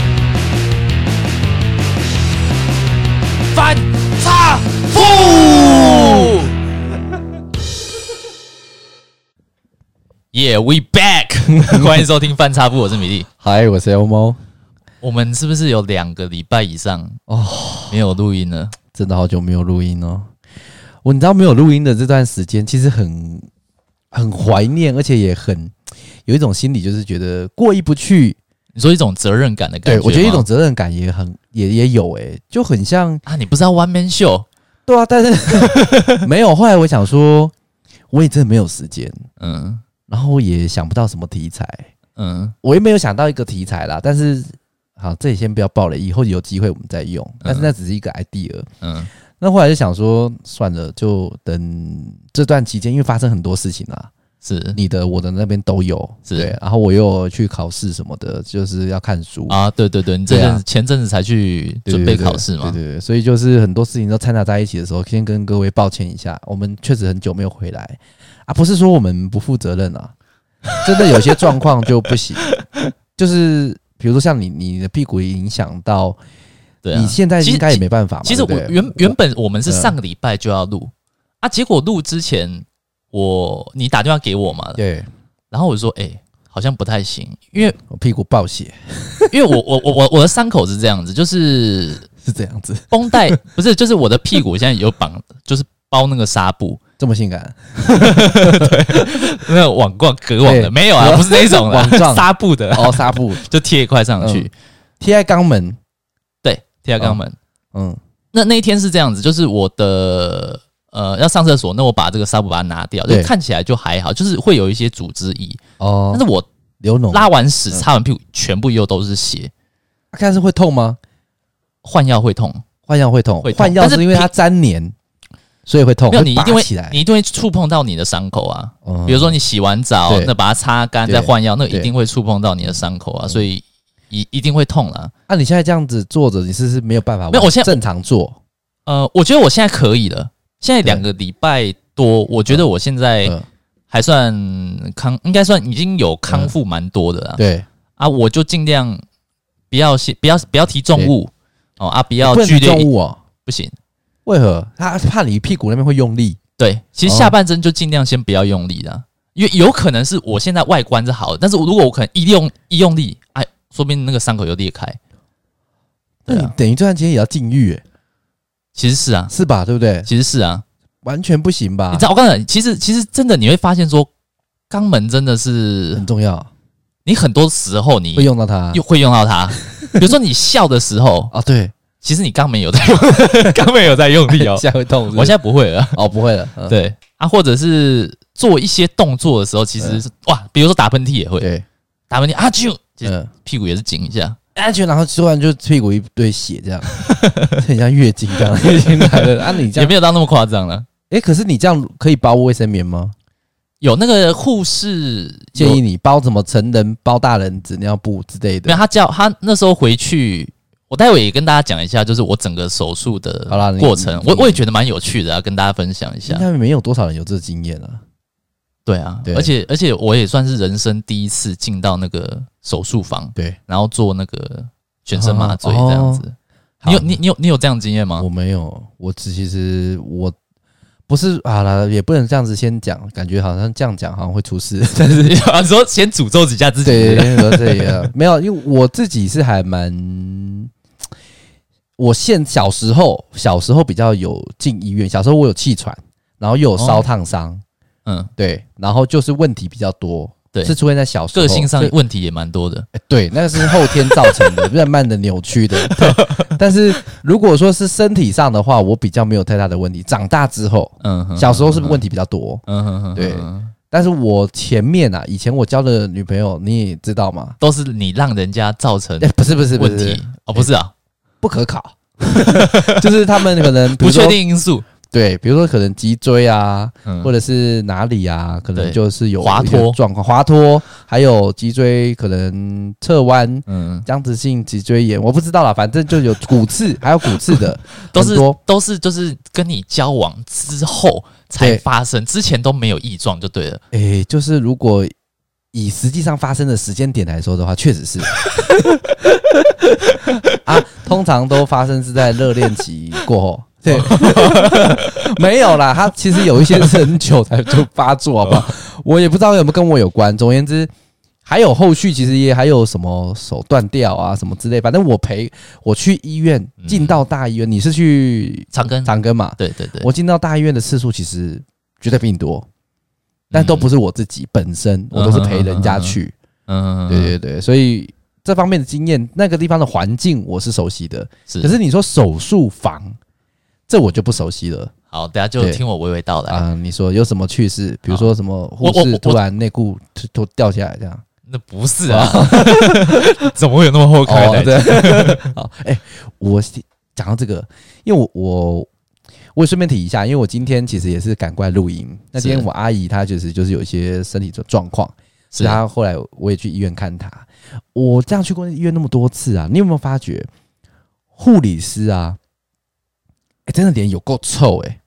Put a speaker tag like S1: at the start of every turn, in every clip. S1: Yeah, we back！欢迎收听翻差部，我是米粒。
S2: 嗨，我是 Elmo。
S1: 我们是不是有两个礼拜以上
S2: 哦，
S1: 没有录音了？
S2: 真的好久没有录音哦。我你知道没有录音的这段时间，其实很很怀念，而且也很有一种心理，就是觉得过意不去。
S1: 你说一种责任感的感
S2: 对
S1: 觉吗，
S2: 我觉得一种责任感也很也也有诶、就很像
S1: 啊，你不是要 one man show？
S2: 对啊，但是 没有。后来我想说，我也真的没有时间，
S1: 嗯
S2: 然后我也想不到什么题材，
S1: 嗯
S2: 我也没有想到一个题材啦。但是好，这里先不要爆雷，以后有机会我们再用。但是那只是一个 idea。
S1: 嗯
S2: 那后来就想说，算了，就等这段期间，因为发生很多事情啊，
S1: 是
S2: 你的、我的那边都有，
S1: 嗯是
S2: 对。然后我又有去考试什么的，就是要看书，
S1: 啊，对对对，你这
S2: 对啊
S1: 阵子、前阵子才去
S2: 对
S1: 准备考试
S2: 对
S1: 嘛？
S2: 对对对，所以就是很多事情都掺杂在一起的时候，先跟各位抱歉一下，我们确实很久没有回来啊，不是说我们不负责 任啊，真的有些状况就不行，就是比如说像你，你的屁股影响到、
S1: 对
S2: 你
S1: 啊。
S2: 现在应该也没办法嘛，
S1: 其实
S2: 对
S1: 我
S2: 不对
S1: 原原本我们是
S2: 嗯
S1: 上个礼拜就要录啊，结果录之前我你打电话给我嘛，
S2: 对
S1: 然后我就说，哎、好像不太行，因为
S2: 我屁股爆血
S1: 因为我我我我我的伤口是这样子，就是
S2: 是这样子，
S1: 绷带 不是，就是我的屁股现在有绑，就是包那个纱布，
S2: 这么性感。
S1: 那个网状隔网的
S2: 对
S1: 没有啊，
S2: 有
S1: 不是那种
S2: 网
S1: 的
S2: 状
S1: 纱布的，
S2: 哦，嗯纱布
S1: 就贴一块上去，
S2: 贴在肛门，
S1: 对，贴在肛门。
S2: 嗯，
S1: 那那一天是这样子，就是我的呃要上厕所，那我把这个纱布把它拿掉，就
S2: 对
S1: 看起来就还好，就是会有一些组织液，
S2: 哦
S1: 但是我
S2: 流脓，
S1: 拉完屎、擦完屁股，全部又都是血，
S2: 看是会痛吗？
S1: 换药会痛。
S2: 换药会痛
S1: 会，痛
S2: 换药
S1: 但
S2: 是
S1: 是
S2: 因为
S1: 皮
S2: 它粘黏，所以哦会痛，
S1: 没有，你一定
S2: 拔
S1: 会
S2: 起来，
S1: 你一定会触碰到你的伤口啊。
S2: 嗯
S1: 比如说你洗完澡，
S2: 对
S1: 那把它擦干
S2: 对
S1: 再换药，那一
S2: 对嗯
S1: 定会触碰到你的伤口啊，所以一一定会痛啦。
S2: 啊，你现在这样子坐着，你是不是没有办法？
S1: 没有我现在
S2: 正常坐，
S1: 呃，我觉得我现在可以了，现在
S2: 对
S1: 两个礼拜多，我觉得我现在
S2: 嗯，
S1: 还算康，应该算已经有康复蛮多的啦。
S2: 对，
S1: 啊，我就尽量不要先不要不要提重物哦啊，不要
S2: 不能
S1: 剧
S2: 提
S1: 烈
S2: 重物哦，
S1: 不行。
S2: 为何？他怕你屁股那边会用力，
S1: 对，其实
S2: 哦
S1: 下半身就尽量先不要用力啦，因为有可能是我现在外观是好的，但是我如果我可能一用一用力，哎，说不定那个伤口又裂开。
S2: 那
S1: 对
S2: 你
S1: 啊，
S2: 等于这段时间也要禁欲，欸
S1: 其实是啊，
S2: 是吧？对不对？
S1: 其实是啊。
S2: 完全不行吧
S1: 你知？道我刚才其实其实真的你会发现说，肛门真的是
S2: 很重要，
S1: 你很多时候你
S2: 嗯会用到它
S1: 又会用到 它，比如说你笑的时候，
S2: 啊，对，
S1: 其实你肛门有在 用，肛门有在用力哦。
S2: 现在会痛是不是，
S1: 我现在不会了，
S2: 哦不会了，嗯
S1: 对啊，或者是做一些动作的时候，其实是哇，比如说打喷嚏也会，
S2: 对，
S1: 打喷嚏啊就就
S2: 嗯。
S1: 屁股也是紧一下。
S2: 安全，然后吃完就屁股一堆血，这样 很像月经这样，月经来了。啊，你这
S1: 也
S2: 样，
S1: 没有到那么夸张了。
S2: 哎、可是你这样可以包卫生棉吗？
S1: 有那个护士
S2: 建议
S1: 有，
S2: 你包什么成人包大人纸尿布之类
S1: 没有
S2: 的。
S1: 他叫他那时候回去，我待会也跟大家讲一下，就是我整个手术的
S2: 好啦你
S1: 过程，
S2: 你
S1: 我我也觉得蛮有趣的、啊，跟大家分享一
S2: 应
S1: 下。
S2: 该没有多少人有这经验啊。
S1: 对啊，
S2: 对
S1: 而且而且我也算是人生第一次进到那个手术房，
S2: 对，
S1: 然后做那个全身麻醉这样子。
S2: 哦好
S1: 你有你你有你有这样的经验吗
S2: 我？没有，我只其实我不是啊啦，也不能这样子先讲，感觉好像这样讲好像会 出事。但是
S1: 你说先诅咒几下自己，
S2: 对对对，对对对对没有，因为我自己是还蛮，我现小时候小时候比较有进医院，小时候我有气喘，然后又有
S1: 哦
S2: 烧烫伤，
S1: 嗯，
S2: 对，然后就是问题比较多，
S1: 对
S2: 是出现在小时候
S1: 个性上
S2: 所以
S1: 问题也蛮多的。
S2: 哎对，那个是后天造成的，慢慢的扭 曲的。对，但是如果说是身体上的话，我比较没有太大的问题。长大之后，
S1: 嗯，哼
S2: 小时候是不是问题比较多？
S1: 嗯哼哼，
S2: 对
S1: 哼哼
S2: 但是我前面啊，以前我交的女朋友你也知道嘛？
S1: 都是你让人家造成
S2: 哎、不 是不是不
S1: 嗯问
S2: 是
S1: 题，哦，不是啊，
S2: 不可考， 就是他们可能比
S1: 不
S2: 如说
S1: 确，定因素，
S2: 对，比如说可能脊椎啊，
S1: 嗯
S2: 或者是哪里啊，可
S1: 对
S2: 能就是有
S1: 滑
S2: 一些
S1: 脱
S2: 状况，滑脱，还有脊椎可能侧弯，
S1: 嗯，
S2: 僵直性脊椎炎，我不知道啦，反正就有骨 刺，还有骨刺的
S1: 都
S2: 很
S1: 是
S2: 多
S1: 都是就是跟你交往之后才发生，之前都没有异状就对了。
S2: 诶、就是如果以实际上发生的时间点来说的话，确实是 啊，通常都发生是在热恋期过后。 对，没有啦，他其实有一些是很久才就发作，好不好？我也不知道有没有跟我有关。总而言之，还有后续，其实也还有什么手断掉啊什么之类。反正我陪我去医院，
S1: 嗯
S2: 进到大医院，你是去
S1: 长庚，
S2: 长庚嘛？
S1: 对对对，
S2: 我进到大医院的次数其实绝对比你多，但
S1: 嗯
S2: 都不是我自己本身，我都是陪人家去。
S1: 嗯，嗯，嗯嗯
S2: 对对对，所以这方面的经验，那个地方的环境我是熟悉的。
S1: 是。
S2: 可是你说手术房，这我就不熟悉了
S1: 好，等下就
S2: 对
S1: 听我娓娓道来。
S2: 啊、你说有什么趣事？比如说什么护
S1: 我我
S2: 士
S1: 我
S2: 突然内裤突突掉下来这样？
S1: 那不是啊， 怎么会有那么厚开
S2: 哦，
S1: 的？
S2: 对。 好，哎、我讲到这个，因为我我我也顺便提一下，因为我今天其实也是赶过来录音。那今天
S1: 是
S2: 我阿姨她就是就是有一些身体的状况，
S1: 是啊
S2: 所以她后来我也去医院看她。我这样去过医院那么多次啊，你有没有发觉护理师啊？哎、真的脸有够臭哎、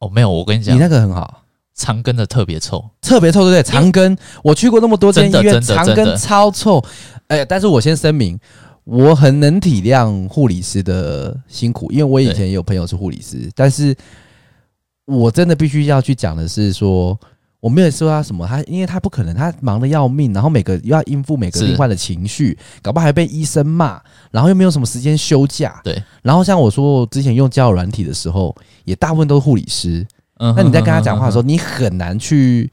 S1: 哦，没有，我跟你讲
S2: 你，那个很好，
S1: 长庚的特别臭，
S2: 特别臭，对不对？长庚，我去过那么多间
S1: 嗯真的
S2: 医院，
S1: 真的
S2: 长
S1: 真
S2: 庚
S1: 的
S2: 超臭。哎、但是我先声明，我很能体谅护理师的辛苦，因为我以前也有朋友是护理师，
S1: 嗯
S2: 但是我真的必须要去讲的是说。我没有说他什么，他因为他不可能，他忙得要命，然后每个又要应付每个
S1: 是
S2: 病患的情绪，搞不好还被医生骂，然后又没有什么时间休假。
S1: 对，
S2: 然后像我说，我之前用交友软体的时候，也大部分都是护理师，
S1: 嗯
S2: 那你在跟他讲话的时候，你很难去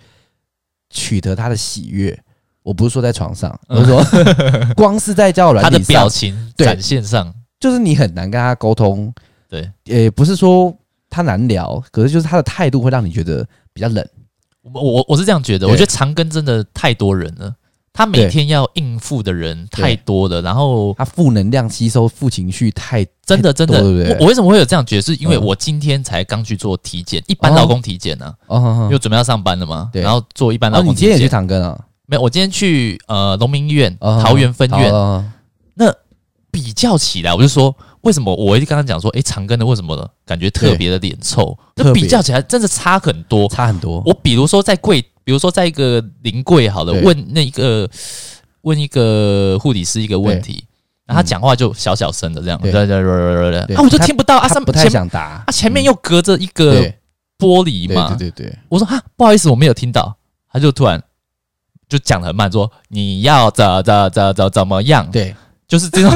S2: 取得他的喜悦。我不是说在床上，我是 说光是在交
S1: 哼，嗯
S2: 友
S1: 他
S2: 软
S1: 的
S2: 体
S1: 表
S2: 上，
S1: 情
S2: 对
S1: 展现上，
S2: 就是你很难跟他沟通。
S1: 对，
S2: 也不是说他难聊，可是就是他的态度会让你觉得比较冷。
S1: 我我我是这样觉得，
S2: 对
S1: 我觉得长庚真的太多人了，他每
S2: 对
S1: 天要应付的人
S2: 对
S1: 太多了，然后
S2: 他负能量吸收、负情绪太
S1: 真的
S2: 太
S1: 真
S2: 多
S1: 的，
S2: 对不对？
S1: 我我为什么会有这样觉得？是因为
S2: 嗯
S1: 我今天才刚去做体检，一般
S2: 哦
S1: 劳工体检呢，
S2: 哦哦
S1: 因为准备要上班了嘛，
S2: 对
S1: 然后做一般
S2: 哦，
S1: 劳
S2: 你
S1: 工
S2: 今天
S1: 体
S2: 也去
S1: 检。
S2: 长庚啊？
S1: 没有，我今天去呃农民医院
S2: 哦
S1: 桃园分院
S2: 好了
S1: 比较起来，我就说为什么我会刚刚讲说，诶，长庚的为什么感觉特别的脸臭？那
S2: 对特别
S1: 比较起来真的差很多。
S2: 差很多。
S1: 我比如说在柜，比如说在一个临柜好了，
S2: 对
S1: 问那个问一个护理师一个问题，然后他讲话就小小声的这样，
S2: 对
S1: 对对对对对对，
S2: 对
S1: 啊，我就
S2: 他
S1: 听不到啊，
S2: 他
S1: 上
S2: 不太
S1: 前
S2: 想答
S1: 啊，前面又隔着一
S2: 嗯
S1: 个
S2: 对
S1: 玻璃
S2: 对
S1: 嘛
S2: 对，对对，
S1: 我说哈，不好意思，我没有听到，他就突然就讲的很慢，说你要怎怎怎怎怎么样，
S2: 对
S1: 就是 这种，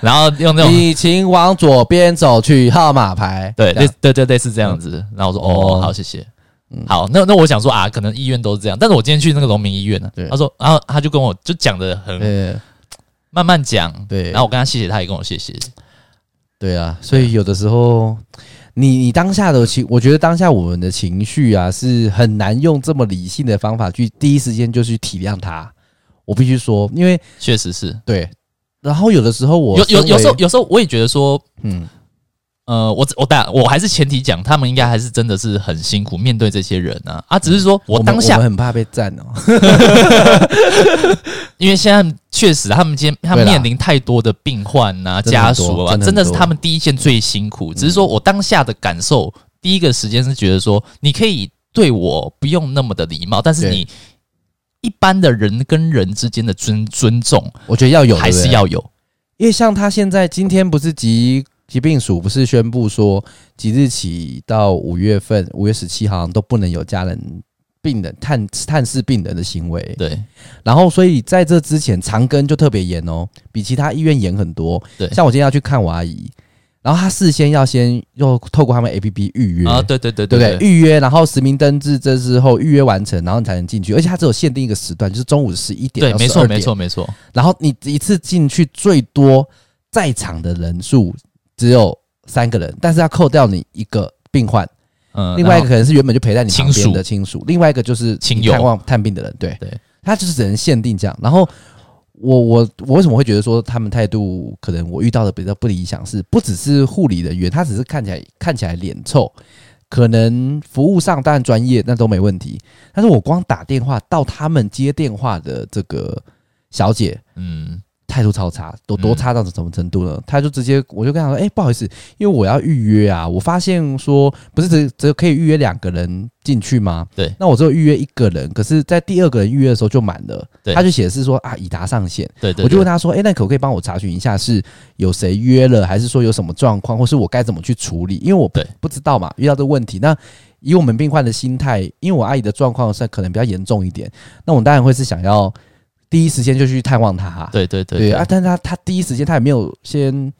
S1: 然后用那种
S2: 你请往左边走去号码牌。
S1: 对，
S2: 这样嗯
S1: 类对对类似这样子。然后我说哦，
S2: 哦
S1: 好，谢谢。好，那那我想说啊，可能医院都是这样，但是我今天去那个农民医院呢
S2: 对，
S1: 他说，然后他就跟我就讲的很
S2: 对。
S1: 慢慢讲，
S2: 对
S1: 然后我跟他谢谢，他也跟我谢谢，
S2: 对啊，所以有的时候，你你当下的情，我觉得当下我们的情绪啊，是很难用这么理性的方法去第一时间就去体谅他。我必须说，因为
S1: 确实是
S2: 对，然后有的时候我
S1: 有有
S2: 身为
S1: 有时候有时候我也觉得说，
S2: 嗯，
S1: 呃，我我当然我还是前提讲，他们应该还是真的是很辛苦面对这些人啊啊，只是说我
S2: 们
S1: 当下
S2: 我们很怕被占哦，
S1: 因为现在确实，他们今天他们
S2: 对啦
S1: 面临太多的病患啊、
S2: 真的
S1: 家
S2: 很多
S1: 属啊，
S2: 真的很
S1: 真的是
S2: 多嗯
S1: 他们第一线最辛苦。只是说我当下的感受，第一个时间是觉得说，你可以对我不用那么的礼貌，但是
S2: 对
S1: 你一般的人跟人之间的尊尊重
S2: 我觉得要有
S1: 还
S2: 对
S1: 是
S2: 不对
S1: 要有。
S2: 因为像他现在今天不是疾疾病署不是宣布说即日起到五月份五月十七号都不能有家人病人探探视病人的行为，
S1: 对
S2: 然后，所以在这之前，长庚就特别严哦，比其他医院严很多。
S1: 对
S2: 像我今天要去看我阿姨，然后她事先要先又透过他们 APP 预约，
S1: 啊，对对对
S2: 对不对？
S1: 对，
S2: 预约，然后实名登记这之后预约完成，然后你才能进去，而且它只有限定一个时段，就是中午十一点
S1: 对，
S2: 到
S1: 没
S2: 十
S1: 错
S2: 二
S1: 没
S2: 点。
S1: 错没错，
S2: 然后你一次进去最多在场的人数只有三个人，但是要扣掉你一个病患，
S1: 嗯，
S2: 另外
S1: 然
S2: 一
S1: 后
S2: 个可能是原本就陪在你旁边的亲属，另外一个就是
S1: 亲
S2: 你
S1: 友
S2: 探望探病的人，对
S1: 对，
S2: 他就是只能限定这样。然后我我我为什么会觉得说他们态度可能我遇到的比较不理想是，不只是护理人员，他只是看起来看起来脸臭，可能服务上当然专业那都没问题，但是我光打电话到他们接电话的这个小姐，
S1: 嗯，
S2: 态度超差，多
S1: 嗯
S2: 多差到什么程度呢？他就直接，我就跟他说：“哎、不好意思，因为我要预约啊，我发现说不是只只可以预约两个人进去吗？
S1: 对
S2: 那我只有预约一个人，可是，在第二个人预约的时候就满了，
S1: 对
S2: 他就显示说啊，已达上限。
S1: 对对，
S2: 我就问
S1: 他，
S2: 他说：“哎、那可不可以帮我查询一下，是有谁约了，还是说有什么状况，或是我该怎么去处理？因为我不
S1: 对
S2: 不知道嘛，遇到这个问题，那以我们病患的心态，因为我阿姨的状况是可能比较严重一点，那我当然会是想要第一时间就去探望她、
S1: 对对对
S2: 对啊，，但是他他第一时间他也没有先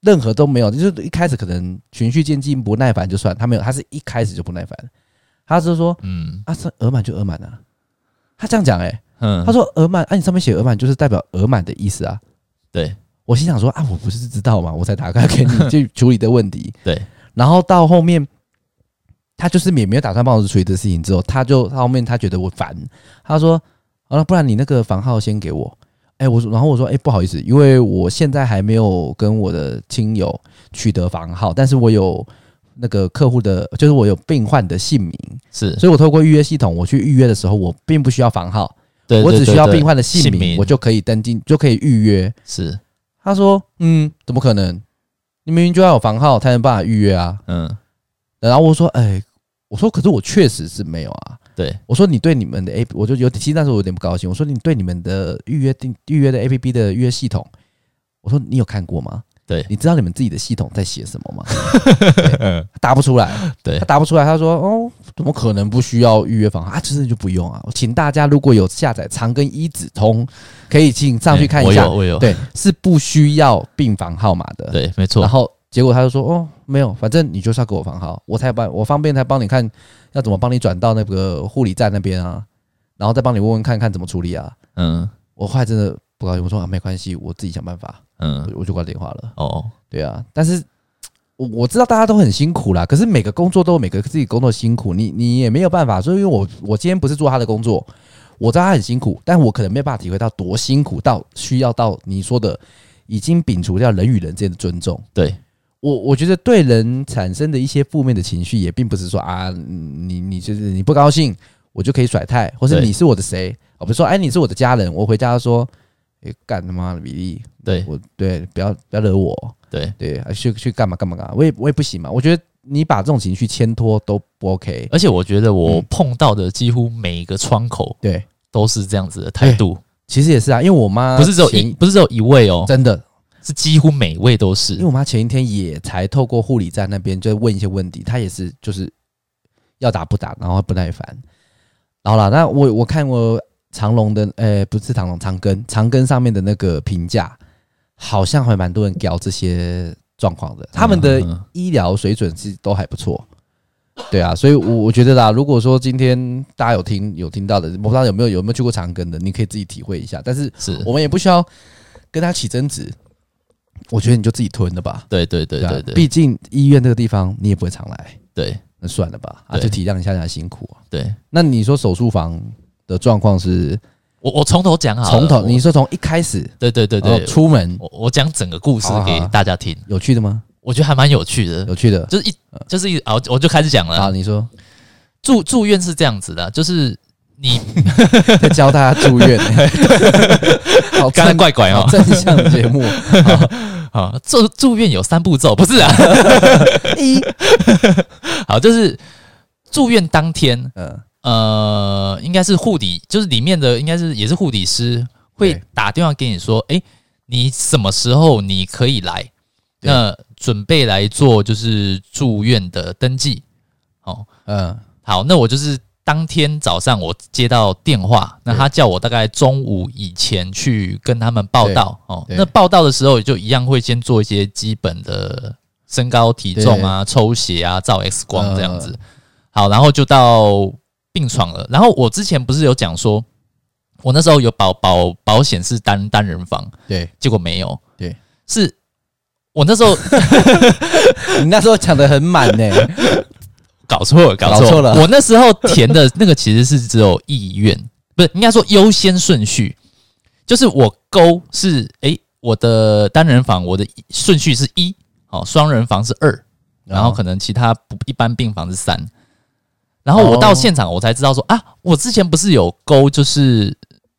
S2: 任何都没有，就是一开始可能循序渐进不耐烦就算，他没有，他是一开始就不耐烦，他就说
S1: 嗯
S2: 啊，这额满就额满啊，他这样讲哎、欸
S1: 嗯，
S2: 他说额满，啊你上面写额满就是代表额满的意思啊，
S1: 对
S2: 我心想说啊，我不是知道嘛，我才打开给你去处理的问题，
S1: 对，
S2: 然后到后面。他就是也没有打算帮我处理这事情，之后哦他就他后面他觉得我烦，他说：“好了，不然你那个房号先给我。”哎、我说，然后我说：“哎、不好意思，因为我现在还没有跟我的亲友呃取得房号，但是我有那个客户的，就是我有病患的姓名，
S1: 是，
S2: 所以我透过预约系统，我去预约的时候，我并不需要房号，
S1: 对，
S2: 我
S1: 对
S2: 只需要
S1: 对对
S2: 病患的姓名，
S1: 姓名
S2: 我就可以登进，就可以预约。”
S1: 是，
S2: 他说：“嗯，怎么可能？你明明就要有房号才能办法预约啊。
S1: 嗯，”
S2: 然后我说：“哎、我说可是我确实是没有啊。
S1: 对，
S2: 我说你对你们的 A，我就有其实那时候我有点不高兴。我说你对你们的预约定预约的 A P P 的预约系统，我说你有看过吗？
S1: 对
S2: 你知道你们自己的系统在写 什么吗？对他答不出来，
S1: 对
S2: 他答不出来。他说：哦，怎么可能不需要预约房号啊？真的就不用啊！请大家如果有下载长庚一子通，可以请上去
S1: 哎
S2: 看
S1: 我
S2: 一下。
S1: 有我有，
S2: 对，是不需要病房号码的。
S1: 对，没错
S2: 然，后结果他就说：“哦，没有，反正你就是要给我房号，我才帮我方便才帮你看要怎么帮你转到那个护理站那边啊，然后再帮你问问看看怎么处理啊。
S1: 嗯”
S2: 我后来真的不高兴，我说啊，没关系，我自己想办法，
S1: 嗯，
S2: 我我就挂电话了。
S1: 哦，
S2: 对啊，但是我我知道大家都很辛苦啦，可是每个工作都有每个自己工作辛苦，你你也没有办法。所以因为我我今天不是做他的工作，我知道他很辛苦，但我可能没有办法体会到多辛苦到需要到你说的已经摒除掉人与人之间的尊重。
S1: 对，
S2: 我我觉得对人产生的一些负面的情绪，也并不是说啊，嗯你你就是你不高兴，我就可以甩态，或是
S1: 对
S2: 你是我的谁，我不是说哎你是我的家人，我回家说，哎干他妈的比利，
S1: 对
S2: 我对不要不要惹我，
S1: 对，
S2: 对啊去去干嘛干嘛干嘛，我也我也不行嘛，我觉得你把这种情绪牵拖都不 OK，
S1: 而且我觉得我
S2: 嗯
S1: 碰到的几乎每一个窗口
S2: 对，
S1: 都是这样子的态度，
S2: 其实也是啊，因为我妈
S1: 不是只有
S2: 前
S1: 一，不是只有一位哦，
S2: 真的，
S1: 是几乎每位都
S2: 因为
S1: 是，
S2: 我妈前一天也才透过护理站那边就问一些问题，她也是就是要打不打，然后不耐烦。然后啦，那我我看过长隆的，呃，不是长隆，长庚，长庚上面的那个评价，好像还蛮多人聊这些状况的，他们的
S1: 嗯嗯
S2: 医疗水准是都还不错。对啊，所以我，我觉得啦，如果说今天大家有听有听到的，我不知道有没有有没有去过长庚的，你可以自己体会一下。但是
S1: 是，
S2: 我们也不需要跟他起争执，我觉得你就自己吞了吧。
S1: 对对对
S2: 啊
S1: 对对
S2: 毕竟医院这个地方你也不会常来，
S1: 对
S2: 那算了吧，啊，
S1: 对
S2: 就体谅一下人家辛苦、啊。
S1: 对，
S2: 那你说手术房的状况是
S1: 我我从头讲好了，
S2: 从头，
S1: 啊我
S2: 你说从一开始，
S1: 对对对
S2: 然后
S1: 对，
S2: 出门
S1: 我我讲整个故事
S2: 好啊好啊
S1: 给大家听，
S2: 有趣的吗？
S1: 我觉得还蛮有趣的，
S2: 有趣的，
S1: 就是一就是一啊，我我就开始讲了
S2: 好，
S1: 啊。
S2: 你说
S1: 住住院是这样子的，就是你
S2: 在教大家住 院、好
S1: 刚才
S2: 正
S1: 怪怪哦
S2: 好正向的节目，
S1: 啊，住住院有三步骤，不是啊？
S2: 一，
S1: 好，就是住院当天，
S2: 嗯，
S1: 呃，应该是护理，就是里面的应该是也是护理师会
S2: 对
S1: 打电话给你说，诶，你什么时候你可以来？
S2: 对
S1: 那准备来做就是住院的登记。哦，
S2: 嗯，
S1: 好，那我就是当天早上我接到电话，那
S2: 对
S1: 他叫我大概中午以前去跟他们报到哦。
S2: 对
S1: 那报到的时候就一样会先做一些基本的身高、体重啊、抽血啊、照 X 光这样子。
S2: 呃
S1: 好，然后就到病床了。然后我之前不是有讲说，我那时候有保保保险是单单人房，
S2: 对，
S1: 结果没有。
S2: 对，
S1: 是我那时候
S2: 你那时候讲的很满呢、
S1: 搞错了，搞
S2: 搞
S1: 错
S2: 错了
S1: 我那时候填的那个其实是只有意愿，不是应该说优先顺序，就是我勾是诶、我的单人房我的顺序是一，哦，双人房是二，然后可能其他不一般病房是三。然后我到
S2: 哦
S1: 现场，我才知道说、啊，我之前不是有勾，就是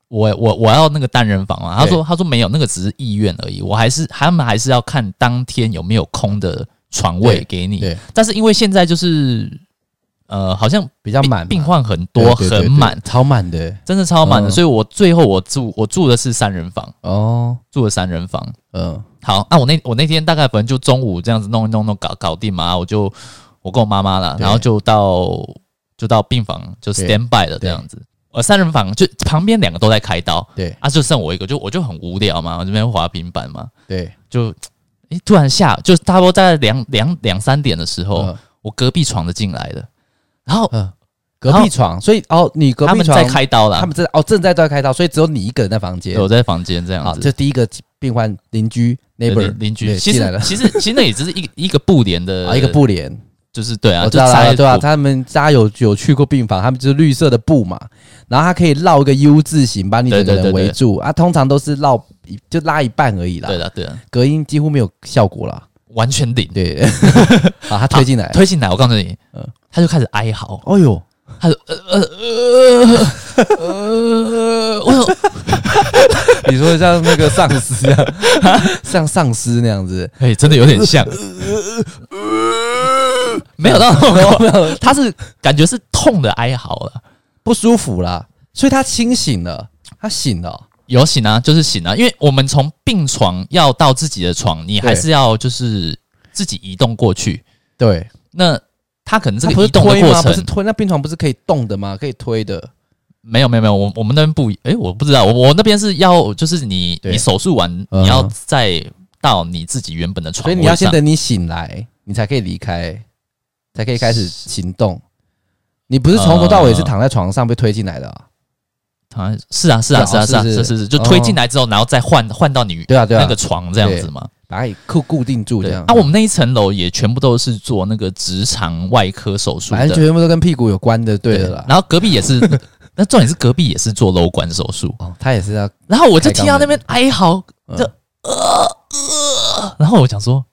S1: 我我我要那个单人房嘛。他说他说没有，那个只是意愿而已，我还是他们还是要看当天有没有空的床位
S2: 对
S1: 给你。
S2: 对
S1: 但是因为现在就是呃，好像
S2: 比较
S1: 病
S2: 满嘛，
S1: 病患很
S2: 对
S1: 多，
S2: 对对
S1: 很
S2: 对
S1: 满，
S2: 超满的
S1: 真的超满的，
S2: 嗯
S1: 所以我最后我住我住的是三人房，
S2: 哦，
S1: 住了三人房。啊
S2: 嗯，
S1: 好，那、我那我那天大概反正就中午这样子弄一弄弄搞搞定嘛，我就我跟我妈妈啦，
S2: 对
S1: 然后就到就到病房就
S2: 对
S1: stand by 了这
S2: 对
S1: 样子。呃，三人房就旁边两个都在开刀，
S2: 对
S1: 啊，就剩我一个，就我就很无聊嘛，我这边滑平板嘛，
S2: 对，
S1: 就诶、突然下，就差不多在两两两三点的时候，
S2: 嗯
S1: 我隔壁床的进来了，然后
S2: 嗯，隔
S1: 然后
S2: 壁床，所以哦，你隔
S1: 他
S2: 壁
S1: 们
S2: 床
S1: 在，开刀啦
S2: 他，们正哦正在在开刀，所以只有你一个人在房间
S1: 对，。我在房间这样
S2: 好，
S1: 子。
S2: 这第一个病患邻居
S1: 对
S2: neighbor
S1: 邻邻居
S2: 对
S1: 其
S2: 进来
S1: 实
S2: 了
S1: 其实其实那也只是一个一个布帘的
S2: 啊，一个，布帘，
S1: 就是对啊，
S2: 我知
S1: 就
S2: 道
S1: 差
S2: 啦，
S1: 一
S2: 对啊，
S1: 布
S2: 他们家有有去过病房，他们就是绿色的布嘛，然后它可以绕一个 U 字形把你整个
S1: 对对对
S2: 人
S1: 对
S2: 围住啊，通常都是绕一就拉一半而已啦
S1: 对，的对的，
S2: 隔音几乎没有效果啦。
S1: 完全零。
S2: 对，啊，他推进来，
S1: 推进哎来，我告诉你
S2: 嗯，
S1: 他就开始哀嚎，
S2: 哦呦，
S1: 他就呃呃呃呃，我有
S2: 你说像那个丧尸啊， 像丧尸那样子，
S1: 哎，真的有点像，没有到那么
S2: 没
S1: 夸
S2: 有
S1: 他是感觉是痛的哀嚎了，
S2: 不舒服啦，所以他清醒了，他醒了，
S1: 有醒啊，就是醒啊，因为我们从病床要到自己的床，你还
S2: 对
S1: 是要就是自己移动过去，
S2: 对，
S1: 那他可能这
S2: 他
S1: 个
S2: 不
S1: 移
S2: 是
S1: 动的
S2: 推
S1: 过
S2: 吗？不是
S1: 程，
S2: 推，那病床不是可以动的吗？可以推的，
S1: 没有没有没有，我我们那边不一，诶，我不知道，我我那边是要就是你
S2: 对
S1: 你手术完，
S2: 嗯
S1: 你要再到你自己原本的床
S2: 所
S1: 位上，
S2: 以你要先等你醒来，你才可以离开，才可以开始行动。你不是从头到尾是躺在床上被推进来的、啊？
S1: 啊，是啊，是啊，是
S2: 是
S1: 啊，
S2: 啊
S1: 是啊，
S2: 是
S1: 是
S2: 是
S1: 是是，就推进来之后，然后再换换到你
S2: 对啊，对啊，
S1: 那个床这样子嘛。
S2: 把它给固固定住这
S1: 对，
S2: 样。
S1: 啊，我们那一层楼也全部都是做那个直肠外科手术
S2: 反正
S1: 的，
S2: 全部都跟屁股有关的，对的啦。
S1: 然后隔壁也是，那重点是隔壁也是做瘘管手术，
S2: 哦，他也是要，
S1: 然后我就听到那边哀嚎，
S2: 嗯
S1: 这然后我想说。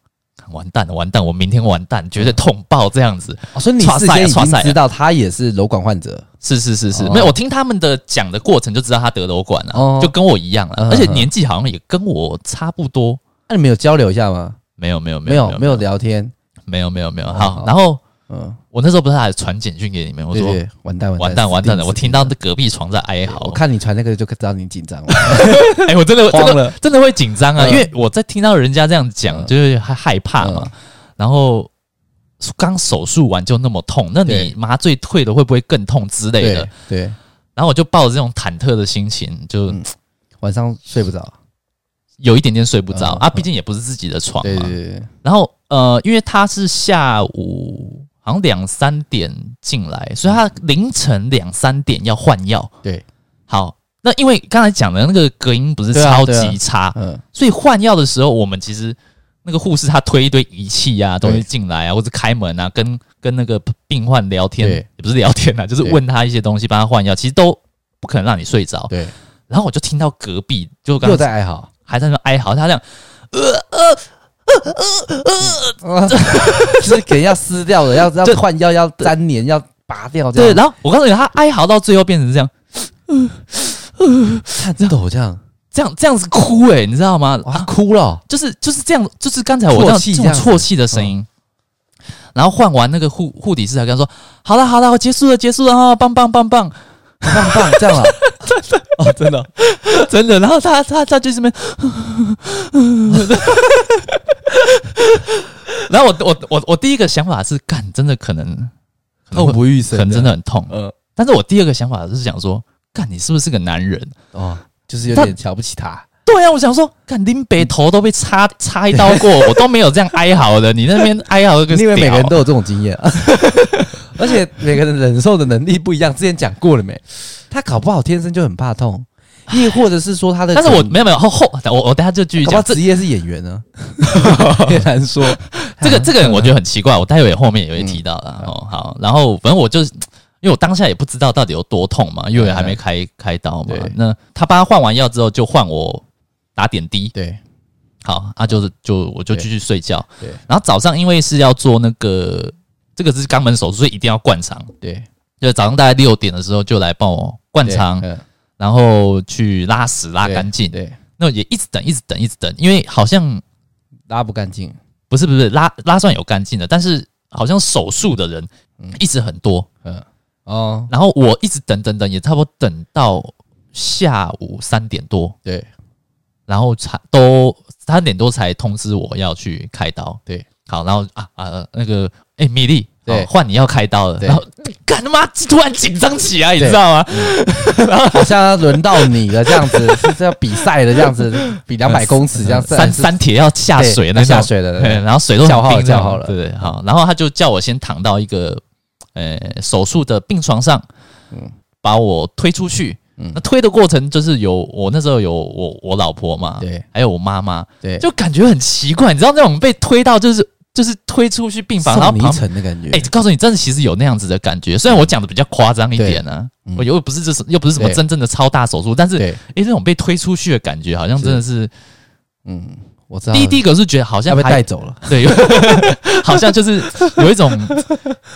S1: 完蛋了，完蛋！我明天完蛋，绝对痛爆这样子。
S2: 哦所以你
S1: 刷
S2: 事
S1: 塞啊
S2: 先已
S1: 刷
S2: 经
S1: 塞啊
S2: 知道他也是楼管患者，
S1: 是是是是，
S2: 哦
S1: 没有我听他们的讲的过程就知道他得瘘管了，啊
S2: 哦
S1: 就跟我一样了，
S2: 嗯
S1: 而且
S2: 嗯
S1: 年纪好像也跟我差不多。
S2: 那、你们有交流一下吗？
S1: 没有没有
S2: 没有，没有聊天。
S1: 没有没有没有，
S2: 哦
S1: 好，
S2: 好
S1: 然后
S2: 嗯，
S1: 我那时候不是还传简讯给你们，我
S2: 对
S1: 说
S2: 对，完蛋，
S1: 完
S2: 完
S1: 蛋完蛋了，我
S2: 死定
S1: 听到那隔壁床在哀
S2: 死定
S1: 嚎，
S2: 了我哦看你传那个就知道你紧 张了，
S1: 哎，我真的真
S2: 慌
S1: 的
S2: 了，
S1: 真的会紧张啊，
S2: 嗯
S1: 因为我在听到人家这样讲，
S2: 嗯
S1: 就是害害怕嘛，然后。刚手术完就那么痛，那你
S2: 对
S1: 麻醉退了会不会更痛之类
S2: 对
S1: 的？
S2: 对，
S1: 然后我就抱着这种忐忑的心情，就
S2: 嗯晚上睡不着，
S1: 哦有一点点睡不着、
S2: 嗯
S1: 啊，毕竟也不是自己的床嘛。
S2: 对对对对，
S1: 然后呃，因为他是下午好像两三点进来，所以他凌晨两三点要换药。
S2: 对，
S1: 好，那因为刚才讲的那个隔音不是
S2: 对啊
S1: 超
S2: 对啊
S1: 级差，
S2: 嗯，
S1: 所以换药的时候，我们其实那个护士他推一堆仪器啊东西进来啊，或者开门啊，跟跟那个病患聊天，
S2: 对
S1: 也不是聊天啊，就是
S2: 对
S1: 问他一些东西，帮他换药，其实都不可能让你睡着。
S2: 对，
S1: 然后我就听到隔壁就刚
S2: 又
S1: 才
S2: 在哀 嚎。
S1: 还在那哀嚎，他这样
S2: 就是给人要撕掉的，要要
S1: 对
S2: 换药，要粘连，要拔掉这
S1: 对，
S2: 样，
S1: 然后我告诉你，他哀嚎到最后变成这样。
S2: 颤抖这样，
S1: 这样这样子哭诶、你知道吗？
S2: 哇，他哭了哦，
S1: 就是就是这样，就是刚才我这
S2: 啜
S1: 样
S2: 泣
S1: 这
S2: 这
S1: 种
S2: 样嗯
S1: 啜泣的声音。然后换完那个护护理师才跟他说：“好了好了，我结束了结束了啊、哦，棒棒棒棒，
S2: 棒棒，这 样啊，
S1: 哦真的真的。”然后他他他就这边， 然后我我我我第一个想法是，干真的可能可能会
S2: 不欲
S1: 可
S2: 生
S1: 能真的，很痛。
S2: 嗯，
S1: 但是我第二个想法是想说，干你是不是个男人？
S2: 哦，就是有点瞧不起他，
S1: 对啊，我想说，看林北头都被插插一刀过，我都没有这样哀嚎的，你那边哀嚎个
S2: 你以为每
S1: 屌
S2: 个人都有这种经验啊？ 而且每个人忍受的能力不一样，之前讲过了没？他搞不好天生就很怕痛，亦或者是说他的，
S1: 但是我没有没有后后，我我等下就继续
S2: 搞不好
S1: 讲这
S2: 职业是演员 呢， 也难说。
S1: 这个这
S2: 嗯
S1: 个人，我觉得很奇怪，我待会后面也会提到啦。哦。好，然后反正我就是因为我当下也不知道到底有多痛嘛，因为还没开开刀嘛
S2: 嗯对。
S1: 那他帮他换完药之后，就换我打点滴。
S2: 对
S1: 好，啊就是就我就
S2: 对
S1: 继续睡觉。
S2: 对
S1: 然后早上因为是要做那个这个是肛门手术，所以一定要灌肠。
S2: 对，
S1: 就早上大概六点的时候就来帮我灌肠，
S2: 对嗯
S1: 然后去拉屎拉
S2: 对
S1: 干净。
S2: 对，
S1: 那也一直等，一直等，一直等，因为好像
S2: 拉不干净，
S1: 不是不是拉拉算有干净的，但是好像手术的人一直很多，
S2: 嗯，哦，
S1: 然后我一直等等等，也差不多等到下午三点多，
S2: 对
S1: 然后才都三点多才通知我要去开刀。
S2: 对，
S1: 好，然后啊啊、呃那个哎、米莉，
S2: 对
S1: 哦换你要开刀了，
S2: 对
S1: 然后干他妈突然紧张起来，你
S2: 对
S1: 知道吗？
S2: 好像轮到你了这样子，是是要比赛的这样子，比两百公尺这样，
S1: 呃三三铁要下
S2: 对
S1: 水那种
S2: 下水的，
S1: 对，
S2: 对
S1: 然后水都很
S2: 叫号
S1: 冰这样
S2: 叫号了
S1: 对，好，然后他就叫我先躺到一个呃手术的病床上，把我推出去。
S2: 嗯
S1: 那推的过程就是有我那时候有我我老婆嘛，
S2: 对，
S1: 还有我妈妈，
S2: 对，
S1: 就感觉很奇怪，你知道那种被推到就是就是推出去病房，然后
S2: 送你一
S1: 旁
S2: 程的感觉。
S1: 哎、告诉你，真的其实有那样子的感觉。虽然我讲的比较夸张一点呢、啊，
S2: 对嗯
S1: 我又不是这是又不是什么
S2: 对
S1: 真正的超大手术，但是哎、
S2: 对，
S1: 诶这种被推出去的感觉，好像真的是
S2: 嗯，我知道了。
S1: 第一第一个是觉得好
S2: 要
S1: 像
S2: 被
S1: 还
S2: 带走了，
S1: 对，有好像就是有一种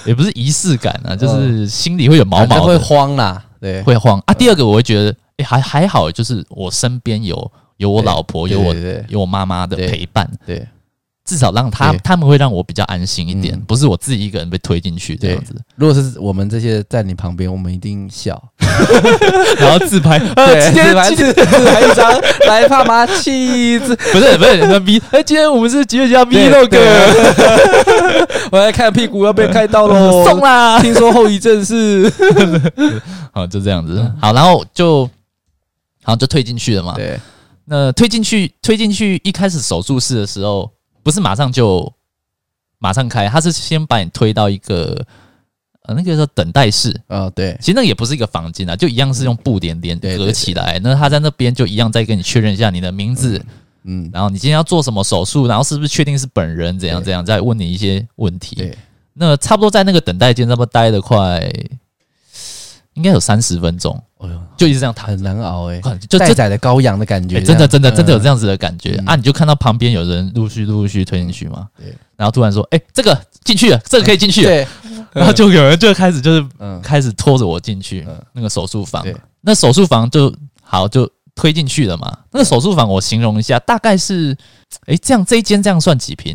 S1: 也不是仪式感啊，就是心里会有毛
S2: 反正
S1: 毛
S2: 嗯会
S1: 的，
S2: 慌啦。对，
S1: 会慌啊。第二个我会觉得哎、诶还还好，就是我身边有有我
S2: 对
S1: 老婆，
S2: 对
S1: 有我
S2: 对对
S1: 有我妈妈的
S2: 对
S1: 陪伴，
S2: 对
S1: 至少让他
S2: 对
S1: 他们会让我比较安心一点，
S2: 嗯
S1: 不是我自己一个人被推进去这样子。
S2: 如果是我们这些在你旁边，我们一定笑。
S1: 然后自 拍，
S2: 啊
S1: 呃，今天
S2: 自拍
S1: 今天
S2: 自自拍一张，来爸妈气子，
S1: 不是不是那 V，哎，今天我们是几月几号 V 那个
S2: 对， 我来看屁股要被开刀喽，
S1: 送啦，
S2: 听说后遗症是，
S1: 好就这样子，好，然后就好就推进去了嘛。
S2: 对
S1: 那推进去推进去，一开始手术室的时候，不是马上就马上开，他是先把你推到一个呃那个叫等待室，
S2: 啊对
S1: 其实那也不是一个房间啊，就一样是用布帘帘
S2: 对对
S1: 隔起来。那他在那边就一样再跟你确认一下你的名字，
S2: 嗯
S1: 然后你今天要做什么手术，然后是不是确定是本人怎样
S2: 对
S1: 怎样，再问你一些问题。
S2: 对
S1: 那差不多在那个等待间，差不多待了快应该有三十分钟，
S2: 哎呦
S1: 就一直这样躺，
S2: 很难熬哎，
S1: 就
S2: 待
S1: 就
S2: 宰的羔羊的感觉嗯
S1: 哎，真的真的真的有这
S2: 样
S1: 样子的感觉、
S2: 嗯
S1: 啊！你就看到旁边有人陆续陆续推进去嘛，
S2: 嗯对
S1: 然后突然说：“哎、这个进去了，这个可以进去了。
S2: 对，
S1: 然后就有人就开始就是
S2: 嗯
S1: 开始拖着我进去、
S2: 嗯
S1: 那个手术房
S2: 对，
S1: 那手术房就好就推进去了嘛。那个手术房我形容一下，大概是哎、这样这一间这样算几平？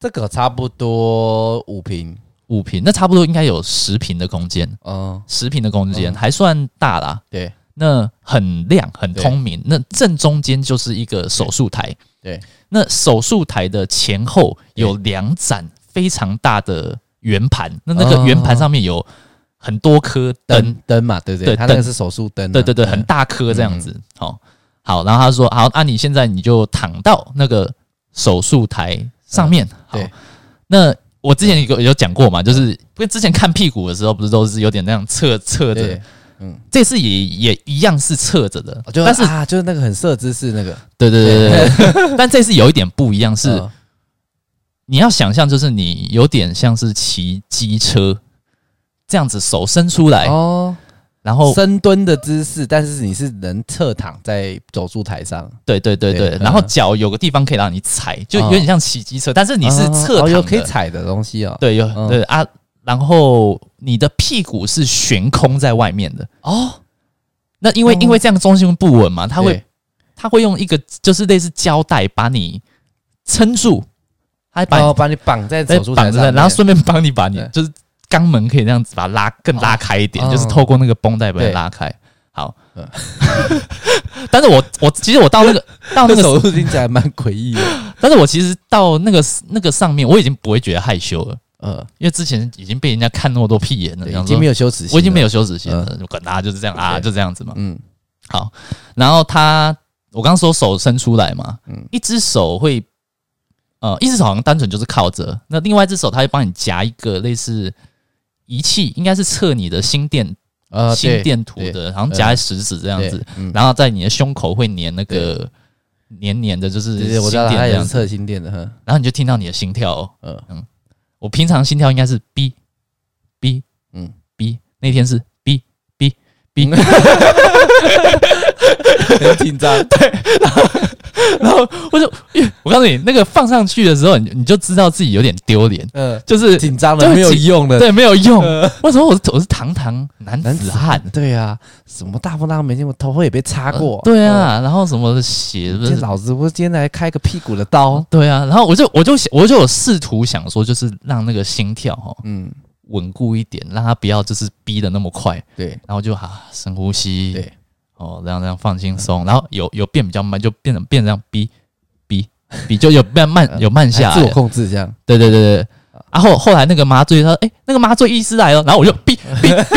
S2: 这个差不多五瓶，
S1: 五平，那差不多应该有十平的空间，
S2: 嗯
S1: 十平的空间、
S2: 嗯
S1: 还算大啦。
S2: 对
S1: 那很亮，很
S2: 对
S1: 通明。那正中间就是一个手术台，
S2: 对
S1: 那手术台的前后
S2: 对
S1: 有两盏非常大的圆盘，那那个
S2: 哦
S1: 圆盘上面有很多颗灯，
S2: 灯灯嘛对不
S1: 对
S2: 对？他那个
S1: 灯
S2: 是手术灯啊，
S1: 对对对，很
S2: 嗯
S1: 大颗这样子。好、好，然后他说：“好，那、你现在你就躺到那个手术台上面。好
S2: 嗯对，
S1: 那我之前有有讲过嘛，就是因为之前看屁股的时候，不是都是有点那样侧侧着
S2: 对，，嗯。
S1: 这次也也一样是侧着的
S2: 哦，就
S1: 但是
S2: 啊，就是那个很色姿势那个，
S1: 对对对对对，但这次有一点不一样，是
S2: 嗯
S1: 你要想象，就是你有点像是骑机车这样子，手伸出来，
S2: 哦，
S1: 然后
S2: 深蹲的姿势，但是你是能侧躺在手术台上，
S1: 对对对对
S2: 对，
S1: 然后
S2: 嗯
S1: 脚有个地方可以让你踩，就有点像骑机车，但是你是
S2: 哦
S1: 侧
S2: 哦，
S1: 躺
S2: 有
S1: 的，
S2: 可以踩的东西哦。，
S1: 对有
S2: 嗯
S1: 对啊，然后你的屁股是悬空在外面的哦。那因为
S2: 哦
S1: 因为这样重心不稳嘛，它会
S2: 对
S1: 它会用一个就是类似胶带把你撑住，它会把你
S2: 哦，把你绑在
S1: 在
S2: 手术台
S1: 哎绑
S2: 上
S1: 着，
S2: 面，
S1: 然后顺便帮你把你
S2: 对
S1: 就是肛门可以这样子把它拉更拉开一点，
S2: 哦
S1: 就是透过那个绷带把它拉开。好
S2: 嗯，
S1: 但是我我其实我到那 个到那
S2: 那个
S1: 个，
S2: 手术听起来蛮诡异 的。
S1: 但是我其实到那个那个上面，我已经不会觉得害羞了，
S2: 呃，
S1: 因为之前已经被人家看那么多屁眼了，
S2: 对
S1: 然
S2: 已
S1: 后
S2: 经没
S1: 嗯说
S2: 有羞耻心，
S1: 我已经没
S2: 有，
S1: 有羞耻心了，我管他就是这样啊，
S2: 嗯对
S1: 就这样子嘛。
S2: 嗯，
S1: 好，然后他我刚说手伸出来嘛，
S2: 嗯
S1: 一只手会。呃，一只手好像单纯就是靠着，那另外一只手它会帮你夹一个类似仪器，应该是测你的心电、
S2: 呃，
S1: 心
S2: 对
S1: 电图
S2: 对
S1: 的，好像夹在食指这样子
S2: 对，嗯，
S1: 然后在你的胸口会粘那个黏黏的，就是
S2: 对
S1: 心
S2: 对，我知道
S1: 电
S2: 他
S1: 这
S2: 也
S1: 样
S2: 是
S1: 子，
S2: 测心电 的，哼，
S1: 然后你就听到你的心跳、哦。
S2: 呃，
S1: 我平常心跳应该是 B B 嗯
S2: 嗯
S1: B，那天是 B B B，
S2: 很紧张，
S1: 然后我就，我告诉你，那个放上去的时候，你你就知道自己有点丢脸，
S2: 嗯，
S1: 就是
S2: 紧张
S1: 就
S2: 了，
S1: 很
S2: 没有
S1: 紧
S2: 用了，
S1: 对没有用。
S2: 呃
S1: 为什么我是我是堂堂男
S2: 男
S1: 子
S2: 子
S1: 汉？
S2: 对啊，什么大风大浪没见过，头发也被擦
S1: 呃
S2: 过，
S1: 对啊，然后什么血
S2: 嗯，
S1: 不
S2: 今天
S1: 是？
S2: 老子不是今天来开个屁股的刀，
S1: 对啊，然后我就我就想我就有试图想说，就是让那个心跳哈、哦、
S2: 嗯，
S1: 稳固一点，让它不要就是逼的那么快，
S2: 对
S1: 然后就啊深呼吸，
S2: 对，
S1: 哦，这样这样放轻松，然后有有变比较慢，就变成变成这样逼逼逼，就有慢慢有慢下
S2: 呃自我
S1: 来，
S2: 控制这样，
S1: 对对对对，啊后后来那个麻醉他说，哎、那个麻醉医师来了，然后我就哔哔哔，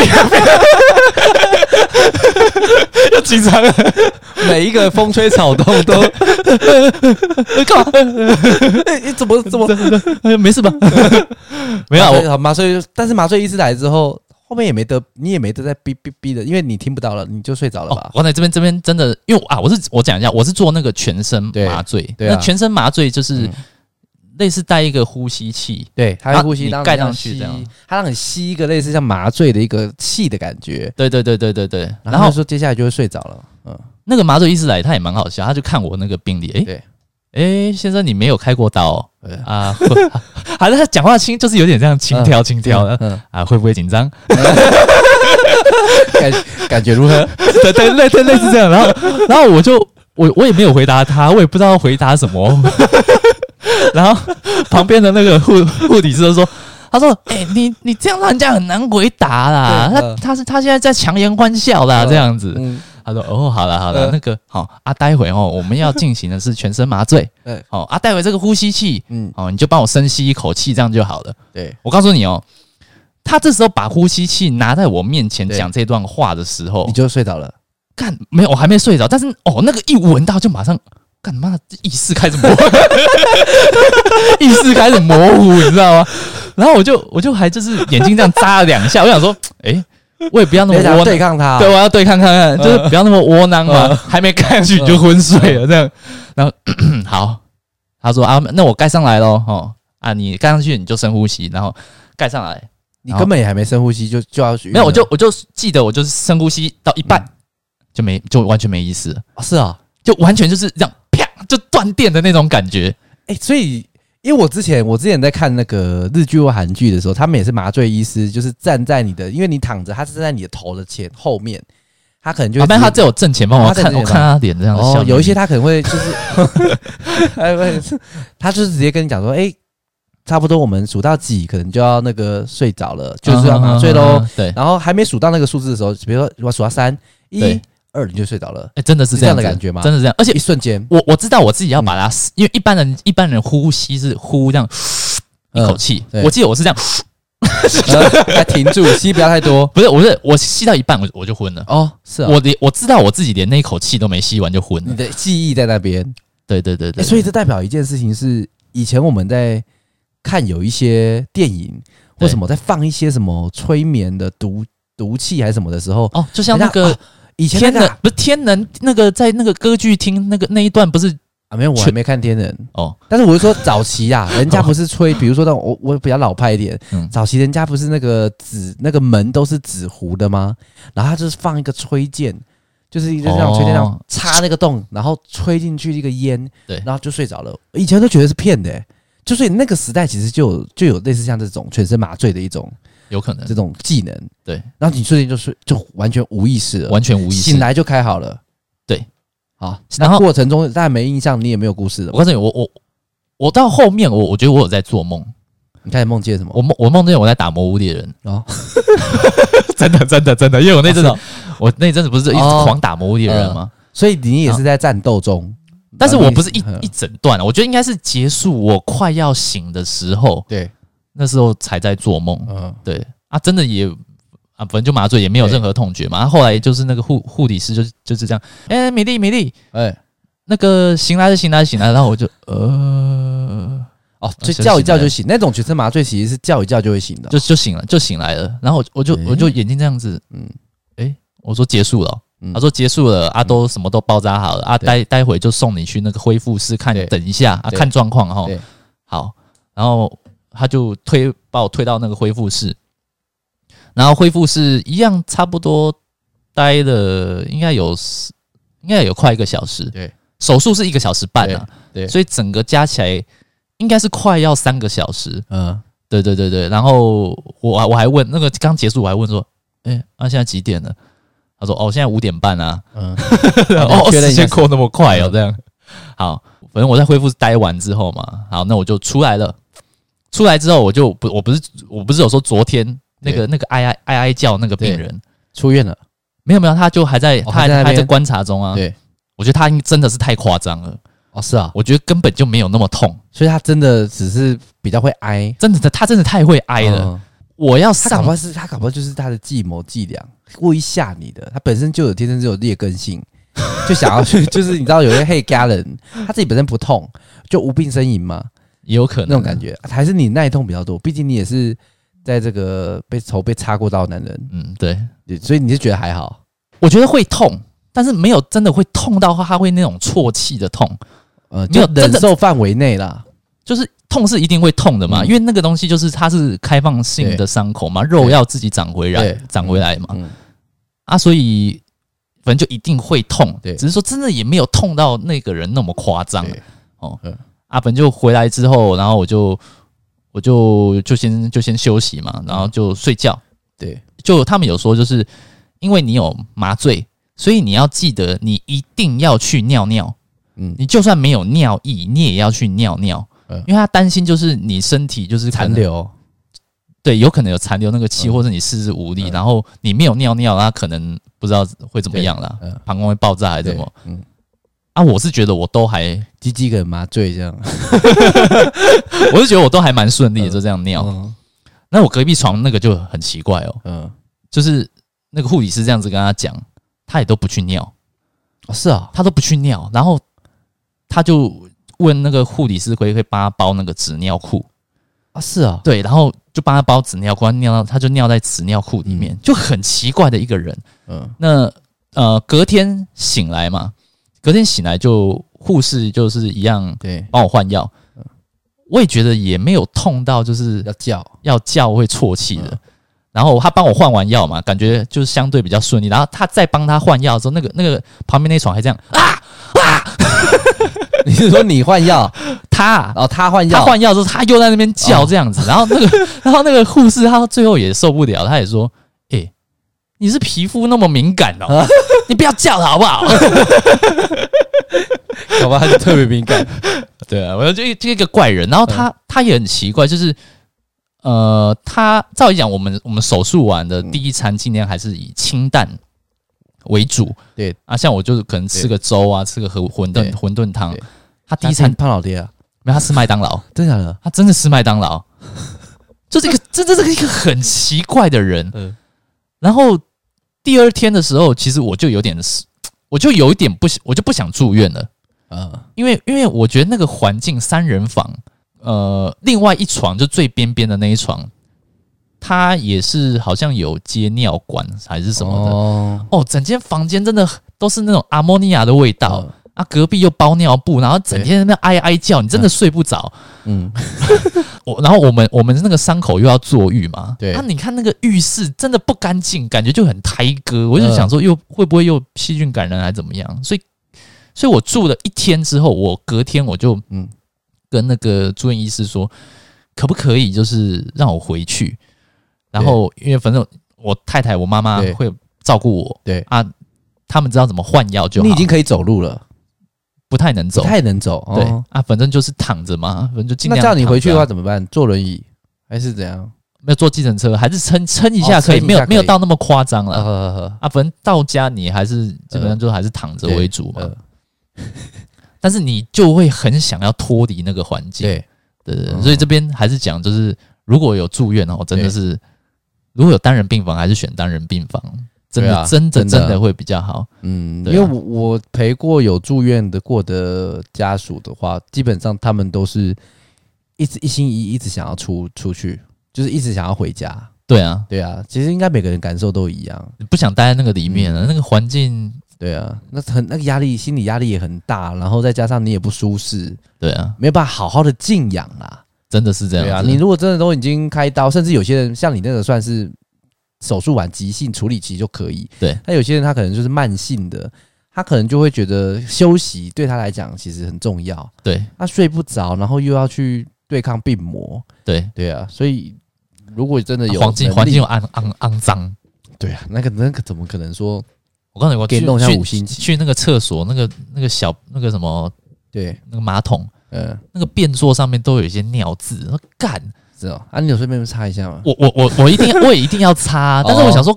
S1: 就 紧张了，
S2: 每一个风吹草动 都，
S1: 干嘛？
S2: 哎你怎么怎么
S1: 哎没事吧？ 没有啊，我
S2: 好麻醉，但是麻醉医师来之后，后面也没得，你也没得再哔哔哔的，因为你听不到了，你就睡着了
S1: 哦
S2: 吧，？
S1: 我在这边这边真的，因为我啊，我是我讲一下，我是做那个全身麻醉，
S2: 对啊
S1: 那全身麻醉就是
S2: 嗯
S1: 类似带一个呼吸器，
S2: 对，它
S1: 啊
S2: 会呼吸，
S1: 你
S2: 让
S1: 盖
S2: 你这样
S1: 上去
S2: 吸
S1: 这样
S2: 它让你吸一个类似像麻醉的一个气的感觉，
S1: 对对对对对对。然
S2: 然后
S1: 后
S2: 说接下来就会睡着了。嗯，
S1: 那个麻醉医师来，他也蛮好笑，他就看我那个病历，诶
S2: 对
S1: 诶，先生你没有开过刀哦、
S2: 对
S1: 啊， 会还是他讲话轻，就是有点这样轻佻轻佻的
S2: 嗯，
S1: 啊，会不会紧张？
S2: 感感觉如 何？
S1: 对对类对类似这样，然后然后我就我我也没有回答他，我也不知道回答什么。 然后旁边的那个护护理师就说：“他说，哎、你你这样让人家很难回答啦。
S2: 对
S1: 他
S2: 嗯
S1: 他是他现在在强颜欢笑啦，
S2: 嗯
S1: 这样子。
S2: 嗯，
S1: 他说：哦，好了好了，
S2: 嗯
S1: 那个好啊，待会哦，我们要进行的是全身麻醉
S2: 对，
S1: 哦啊，待会这个呼吸器
S2: 呃嗯，
S1: 哦，你就帮我深吸一口气，这样就好了。
S2: 对，
S1: 我告诉你哦。”他这时候把呼吸器拿在我面前
S2: 对
S1: 讲这段话的时候
S2: 你，就睡着了。
S1: 干没有，我还没睡着，但是哦，那个一闻到就马上干妈的意识开始模糊， 意识开始模糊，你知道吗？然后我就我就还就是眼睛这样眨了两下，我想说，诶，我也不要那么
S2: 你想
S1: 窝
S2: 对
S1: 囊，
S2: 抗它，
S1: 对，我要对看看看，就是不要那么窝囊嘛，
S2: 嗯
S1: 还没盖上去你就昏睡了这样。然后 咳咳好，他说啊，那我盖上来咯，哦啊，你盖上去你就深呼吸，然后盖上来，
S2: 你根本也还没深呼吸就就要去晕了。
S1: 没有，我就我就记得我就是深呼吸到一半、就没就完全没意思了。
S2: 哦是啊，
S1: 就完全就是这样啪就断电的那种感觉。
S2: 哎、所以因为我之前我之前在看那个日剧或韩剧的时候，他们也是麻醉医师，就是站在你的，因为你躺着，他是站在你的头的前后面，他可能就
S1: 啊，
S2: 会
S1: 反正他只
S2: 直
S1: 有正前方，我
S2: 他在
S1: 看
S2: 正
S1: 我
S2: 前
S1: 看他脸这样笑
S2: 哦
S1: 眯，眯。
S2: 有一些他可能会就是哎，不是他就是直接跟你讲说，哎、差不多我们数到几，可能就要那个睡着了，就是要麻醉
S1: 嗯
S2: 喽。。
S1: 对，哎、
S2: 然后还没数到那个数字的时候，比如说我数到三一
S1: 对
S2: 二，你就睡着了，
S1: 哎真的是这
S2: 这样
S1: 子
S2: 的感觉吗
S1: 真的是这样，而且
S2: 一瞬间，
S1: 我我知道我自己要把它，因为一般人一般人呼吸是呼这样一口气，
S2: 嗯对
S1: 我记得我是这样，
S2: 还停住，吸不要太多。
S1: 不是我是我吸到一半我就我就昏了。
S2: 哦，是啊，
S1: 我连我知道我自己连那一口气都没吸完就昏
S2: 你
S1: 了，
S2: 的记忆在那边。
S1: 对对对对
S2: 欸所以这代表一件事情是，以前我们在看有一些电影
S1: 对
S2: 或什么，在放一些什么催眠的毒毒气还是什么的时候，
S1: 哦，就像那个
S2: 人家哎以前
S1: 天
S2: 那个
S1: 能
S2: 啊
S1: 不是天能那个在那个歌剧厅那个那一段不是
S2: 啊没有，我还没看天人
S1: 哦
S2: 哦，但是我是说早期 啊，人家不是吹，比如说那种我我比较老派一点
S1: 嗯，
S2: 早期人家不是那个纸那个门都是纸糊的吗？然后他就是放一个吹剑。就是一个这样吹剑，这
S1: 哦
S2: 样插那个洞，然后吹进去一个烟，
S1: 对
S2: 然后就睡着了。以前都觉得是骗的、欸，就所以那个时代其实就有就有类似像这种全身麻醉的一种
S1: 有可能
S2: 这种技能，
S1: 对，
S2: 然后你瞬间就睡就完全无意识了，
S1: 完全无意识
S2: 醒，来就开好了，
S1: 对，
S2: 好，
S1: 然后
S2: 那过程中大家没印象，你也没有故事了
S1: 我，告诉你，我我我到后面，我我觉得我有在做梦，
S2: 你开始梦见什么？
S1: 我梦我梦见我在打魔物猎人，
S2: 哦，
S1: 真的真的真的，因为我那阵子、
S2: 哦
S1: 我那阵子不是一直
S2: 哦
S1: 狂打魔物猎人吗？
S2: 所以你也是在战斗中，
S1: 但是
S2: 然后
S1: 我
S2: 你
S1: 不是一
S2: 嗯
S1: 一整段，啊我觉得应该是结束我快要醒的时候，
S2: 对，
S1: 那时候才在做梦。
S2: 嗯，
S1: 对啊，真的也啊，反正就麻醉也没有
S2: 对
S1: 任何痛觉嘛。啊后来就是那个护护理师就是就是这样，哎、米粒米粒，
S2: 哎，
S1: 那个醒来了醒来了醒来了，然后我就呃。
S2: 哦，所以
S1: 就
S2: 叫一
S1: 醒来
S2: 叫就醒，那种全身麻醉其实是叫一叫就会醒的，
S1: 就就醒了，就醒来了。然后我我就、
S2: 诶
S1: 我就眼睛这样子，嗯
S2: 嗯，
S1: 诶，我说结束了哦、
S2: 嗯
S1: 他说结束了，啊，都什么都包扎好了，啊，
S2: 对
S1: 待待会就送你去那个恢复室看，
S2: 对
S1: 等一下啊，
S2: 对
S1: 看状况哈
S2: 对。
S1: 好，然后他就推把我推到那个恢复室，然后恢复室一样差不多待了应该有十应该有快一个小时，
S2: 对，
S1: 手术是一个小时半啊，
S2: 对对
S1: 所以整个加起来应该是快要三个小时，
S2: 嗯，
S1: 对对对对，然后我还我还问那个刚结束，我还问说，哎、啊现在几点了？他说哦现在五点半啊，
S2: 嗯，
S1: 哦
S2: 确认
S1: 时
S2: 一下
S1: 间过那么快哦这样。好，反正我在恢复待完之后嘛，好那我就出来了。出来之后我就不我不是我不是有说昨天那个那个哀哀哀哀叫那个病人
S2: 出院了，
S1: 没有没有他就还在、
S2: 哦
S1: 他还
S2: 还在那
S1: 还
S2: 边
S1: 在观察中啊。
S2: 对，
S1: 我觉得他应真的是太夸张了，
S2: 哦，是啊，
S1: 我觉得根本就没有那么痛，
S2: 所以他真的只是比较会挨
S1: 真的，他真的太会挨了。
S2: 嗯
S1: 我要
S2: 他搞
S1: 上
S2: 不好是他搞不好就是他的计谋伎俩，故意吓你的。他本身就有天生就有劣根性，就想要 去，就是你知道有些黑 gallon，他自己本身不痛，就无病呻吟嘛，
S1: 也有可能
S2: 那种感，觉。还是你耐痛比较多，毕竟你也是在这个被头被插过刀的男人，
S1: 嗯，对，
S2: 对所以你就觉得还好。
S1: 我觉得会痛，但是没有真的会痛到他会那种啜泣的痛，
S2: 呃，
S1: 没
S2: 就
S1: 有真
S2: 忍
S1: 的
S2: 受范围内啦，
S1: 就是痛是一定会痛的嘛，
S2: 嗯
S1: 因为那个东西就是它是开放性的伤口嘛，肉要自己长回来
S2: 对，
S1: 长回来嘛，
S2: 嗯，
S1: 啊，所以反正就一定会痛，
S2: 对
S1: 只是说真的也没有痛到那个人那么夸张
S2: 对
S1: 啊，反正就回来之后，然后我就我就就先就先休息嘛，然后就睡觉，
S2: 对，
S1: 就他们有说就是因为你有麻醉，所以你要记得你一定要去尿尿。
S2: 嗯，
S1: 你就算没有尿意，你也要去尿尿，
S2: 嗯
S1: 因为他担心就是你身体就是可能
S2: 残，留，
S1: 对，有可能有残留那个气，
S2: 嗯
S1: 或者你四肢无力，
S2: 嗯
S1: 然后你没有尿尿，那可能不知道会怎么样啦，
S2: 对嗯
S1: 膀胱会爆炸还是
S2: 对
S1: 怎么？？
S2: 嗯，
S1: 啊，我是觉得我都 还，
S2: 鸡鸡给麻醉这样，
S1: 我是觉得我都还蛮顺利的，
S2: 嗯
S1: 就这样尿。
S2: 嗯
S1: 那我隔壁床那个就很奇怪哦，
S2: 嗯，
S1: 就是那个护理师这样子跟他讲，他也都不去尿，
S2: 哦是啊，
S1: 他都不去尿，然后他就问那个护理师可不可以帮他包那个纸尿裤。
S2: 啊是啊，
S1: 对，然后就帮他包纸尿裤，他尿到他就尿在纸尿裤里面，就很奇怪的一个人。
S2: 嗯
S1: 那呃，隔天醒来嘛，隔天醒来就护士就是一样
S2: 对，
S1: 帮我换药，我也觉得也没有痛到就是
S2: 要叫，
S1: 要叫会啜泣的。然后他帮我换完药嘛，感觉就是相对比较顺利。然后他再帮他换药的时候，那个那个旁边那床还这样，
S2: 你是说你换药，
S1: 他啊
S2: 然后他换
S1: 他
S2: 药，
S1: 换药之后，他又在那边叫这样子，然后那个，然后那个护士，他最后也受不了，他也说：“哎、你是皮肤那么敏感哦，你不要叫了好不好
S2: 好吧，他就特别敏感。？”
S1: 对啊，我就就一个怪人，然后他、他也很奇怪，就是呃，他照理讲，我们我们手术完的第一餐尽量还是以清淡为主，
S2: 对
S1: 啊，像我就是可能吃个粥啊，吃个和馄饨
S2: 对
S1: 馄饨汤
S2: 对，
S1: 他第一餐
S2: 胖老爹啊，
S1: 没有他吃麦当劳。
S2: 真的假的？
S1: 他真的是麦当劳， 就是一个真的是一个很奇怪的人。
S2: 嗯
S1: 然后第二天的时候，其实我就有点，我就有一点不，我就不想住院了，
S2: 嗯
S1: 因为因为我觉得那个环境三人房，呃，另外一床就最边边的那一床，它也是好像有接尿管还是什么的。哦
S2: 哦，
S1: 整间房间真的都是那种阿莫尼亚的味道、
S2: 嗯
S1: 啊！隔壁又包尿布，然后整天在那边哀哀叫，你真的睡不着。
S2: 嗯，
S1: 我然后我们我们那个伤口又要坐浴嘛，
S2: 对
S1: 那、你看那个浴室真的不干净，感觉就很胎哥，我
S2: 嗯
S1: 就想说又、会不会又细菌感染还怎么样？所以，所以我住了一天之后，我隔天我就
S2: 嗯
S1: 跟那个住院医师说，可不可以就是让我回去？然后因为反正我太太我妈妈
S2: 对
S1: 会照顾我，
S2: 对
S1: 啊，他们知道怎么换药就好，
S2: 你已经可以走路了，
S1: 不太能
S2: 不
S1: 走，
S2: 太能走。
S1: 对
S2: 哦，
S1: 啊，反正就是躺着嘛，反正就尽
S2: 那
S1: 量。啊
S2: 叫你回去的话，怎么办？坐轮椅还是怎样？
S1: 没有坐计程车，还是撑撑一下
S2: 哦
S1: 可以，
S2: 撑一
S1: 没
S2: 下
S1: 有
S2: 可以
S1: 没有到那么夸张了。
S2: 呃
S1: 啊，反正到家你还是基本上就还是躺着为主嘛，
S2: 呃，
S1: 但是你就会很想要脱离那个环境，
S2: 对，
S1: 对对对，
S2: 嗯
S1: 所以这边还是讲就是如果有住院哦，真的
S2: 对
S1: 是如果有单人病房，还是选单人病房，真的、
S2: 对啊
S1: 真的
S2: 真的
S1: 真的会比较好。
S2: 嗯，因
S1: 对啊
S2: 为我我陪过有住院的过的家属的话，基本上他们都是一直一心一意，一直想要出出去，就是一直想要回家。
S1: 对啊，
S2: 对啊，其实应该每个人感受都一样。
S1: 你不想待在那个里面
S2: 嗯
S1: 了，那个环境，
S2: 对啊，那很那个压力，心理压力也很大，然后再加上你也不舒适，
S1: 对啊，
S2: 没有办法好好的静养啦。
S1: 真的是这样
S2: 对
S1: 子。
S2: 啊，你如果真的都已经开刀，甚至有些人像你那个算是手术完急性处理期就可以。
S1: 对，
S2: 那有些人他可能就是慢性的，他可能就会觉得休息对他来讲其实很重要，
S1: 对
S2: 他睡不着，然后又要去对抗病魔。
S1: 对，啊
S2: 对啊，所以如果真的有
S1: 环境
S2: 能力
S1: 环境又肮肮肮脏。
S2: 对啊，那个那个怎么可能说
S1: 我告诉你，我去
S2: 给弄一下
S1: 去
S2: 五星级
S1: 去那个厕所，那个那个小那个什么
S2: 对？
S1: 那个马桶，
S2: 呃，
S1: 那个便座上面都有一些尿渍。我说干，
S2: 是哦，啊，你有顺便擦一下吗？ 哦
S1: 我我我我一定啊我也一定要擦，但是我想说，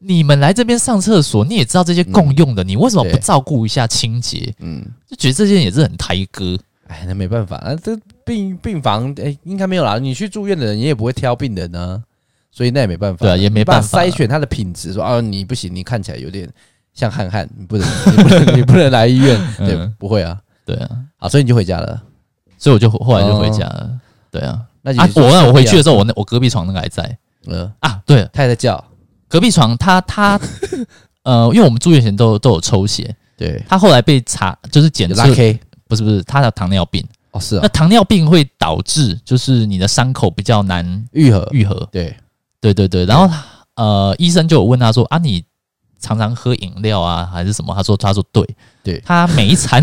S1: 你们来这边上厕所，你也知道这些共用的，你为什么不
S2: 嗯对
S1: 照顾一下清洁？
S2: 嗯，
S1: 就觉得这些人也是很抬歌。
S2: 哎，那没办法啊，这病病房哎、应该没有啦。你去住院的人，你也不会挑病人呢、所以那也没办法，
S1: 对啊也没办法
S2: 筛选他的品质，说啊，你不行，你看起来有点像汉汉，你不能，你不能，你不能来医院，对
S1: 嗯，
S2: 不会啊，
S1: 对啊，
S2: 好，所以你就回家了。
S1: 所以我就后来就回家了。对啊，
S2: 哦那你
S1: 啊，我那我回去的
S2: 了，
S1: 时候，我那我隔壁床那个还在
S2: 呃，
S1: 啊。对了，
S2: 他还在叫，
S1: 隔壁床他他呃，因为我们住院前都都有抽血，
S2: 对，
S1: 他后来被查就是检
S2: 有
S1: 测
S2: 拉 K，
S1: 不是不是他的糖尿病。
S2: 哦，是
S1: 那
S2: 啊，
S1: 糖尿病会导致就是你的伤口比较难
S2: 愈合，
S1: 愈合。
S2: 对，
S1: 对对对，然后呃，医生就有问他说啊，你常常喝饮料啊还是什么？他说他说对，
S2: 对
S1: 他每一餐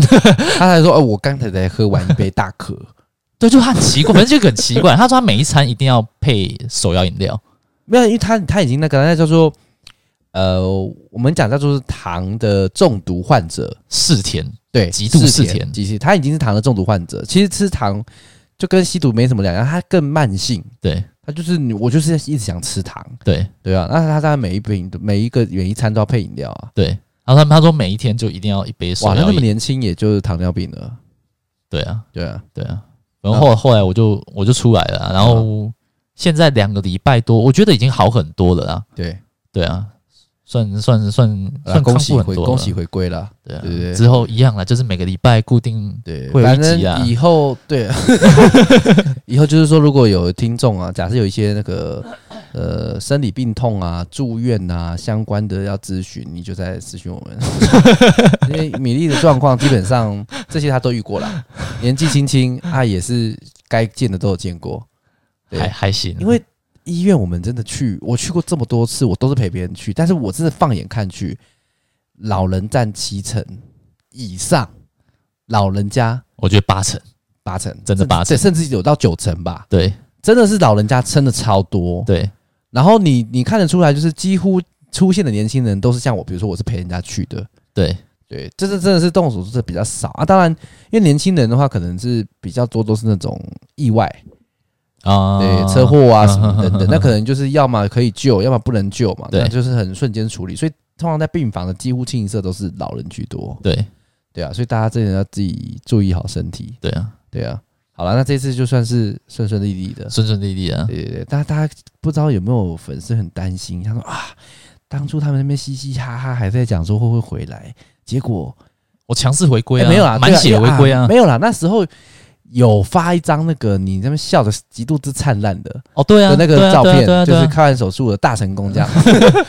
S2: 他还说，哦，我刚才才喝完一杯大可，
S1: 对，就他很奇怪， 反正就很奇怪。他说他每一餐一定要配手摇饮料，
S2: 没有，因为他他已经那个，那叫做。呃，我们讲叫做糖的中毒患者，
S1: 嗜甜。
S2: 对，
S1: 极度嗜甜
S2: 极是他已经是糖的中毒患者。其实吃糖就跟吸毒没什么两样，他更慢性，
S1: 对
S2: 他就是你我就是一直想吃糖，
S1: 对
S2: 对啊，那他当然每一瓶每一个每一餐都要配饮料啊。
S1: 对，然后他们他说每一天就一定要一杯手
S2: 哇，他
S1: 摇
S2: 那么
S1: 饮。
S2: 年轻也就是糖尿病了，
S1: 对啊
S2: 对啊，
S1: 对啊，然后后后来我就我就出来了啊，然后现在两个礼拜多，我觉得已经好很多了啊。
S2: 对，
S1: 对啊，算算算
S2: 啊
S1: 算
S2: 恭
S1: 康
S2: 喜
S1: 复
S2: 回
S1: 很多，
S2: 恭喜。回归了，
S1: 对啊
S2: 对对，
S1: 之后一样啦，就是每个礼拜固定
S2: 对，
S1: 会有
S2: 反
S1: 一集啊
S2: 正以后 对，以后就是说，如果有听众啊，假设有一些那个呃生理病痛啊、住院啊相关的要咨询，你就在咨询我 们，因为米粒的状况基本上这些他都遇过 了，年纪轻轻啊也是该见的都有见过，对
S1: 还还行，啊
S2: 因为医院我们真的去，我去过这么多次，我都是陪别人去，但是我真的放眼看去，老人占七成以上，老人家。
S1: 我觉得八成
S2: 八成，
S1: 真的八成
S2: 甚甚至有到九成吧，
S1: 对
S2: 真的是老人家撑的超多。
S1: 对
S2: 然后你你看得出来，就是几乎出现的年轻人都是像我，比如说我是陪人家去的，
S1: 对
S2: 对，这是真的是动手术是比较少啊。当然，因为年轻人的话，可能是比较多都是那种意外，
S1: 啊，
S2: 对，车祸啊什么
S1: 嗯
S2: 等
S1: 嗯嗯
S2: 等，那可能就是要么可以救，要么不能救嘛，
S1: 对
S2: 那就是很瞬间处理。所以通常在病房的几乎清一色都是老人居多，
S1: 对
S2: 对啊，所以大家真的要自己注意好身体，
S1: 对啊，
S2: 对啊。好了，那这次就算是顺顺利利的，
S1: 顺顺利利啊，
S2: 对对对，大家大家不知道有没有粉丝很担心，他说啊，当初他们那边嘻嘻哈哈还在讲说会不会回来，结果、
S1: 我强势回归
S2: 哎
S1: 啊，
S2: 没有啦，
S1: 满
S2: 对啊
S1: 血
S2: 因为
S1: 回归啊
S2: 没，有啦，那时候。有发一张那个你那边笑的极度之灿烂的
S1: 哦对啊
S2: 的，那
S1: 对
S2: 个
S1: 啊
S2: 照
S1: 对啊
S2: 片
S1: 对啊，
S2: 就
S1: 对
S2: 是
S1: 啊
S2: 开完手术的大成功这样，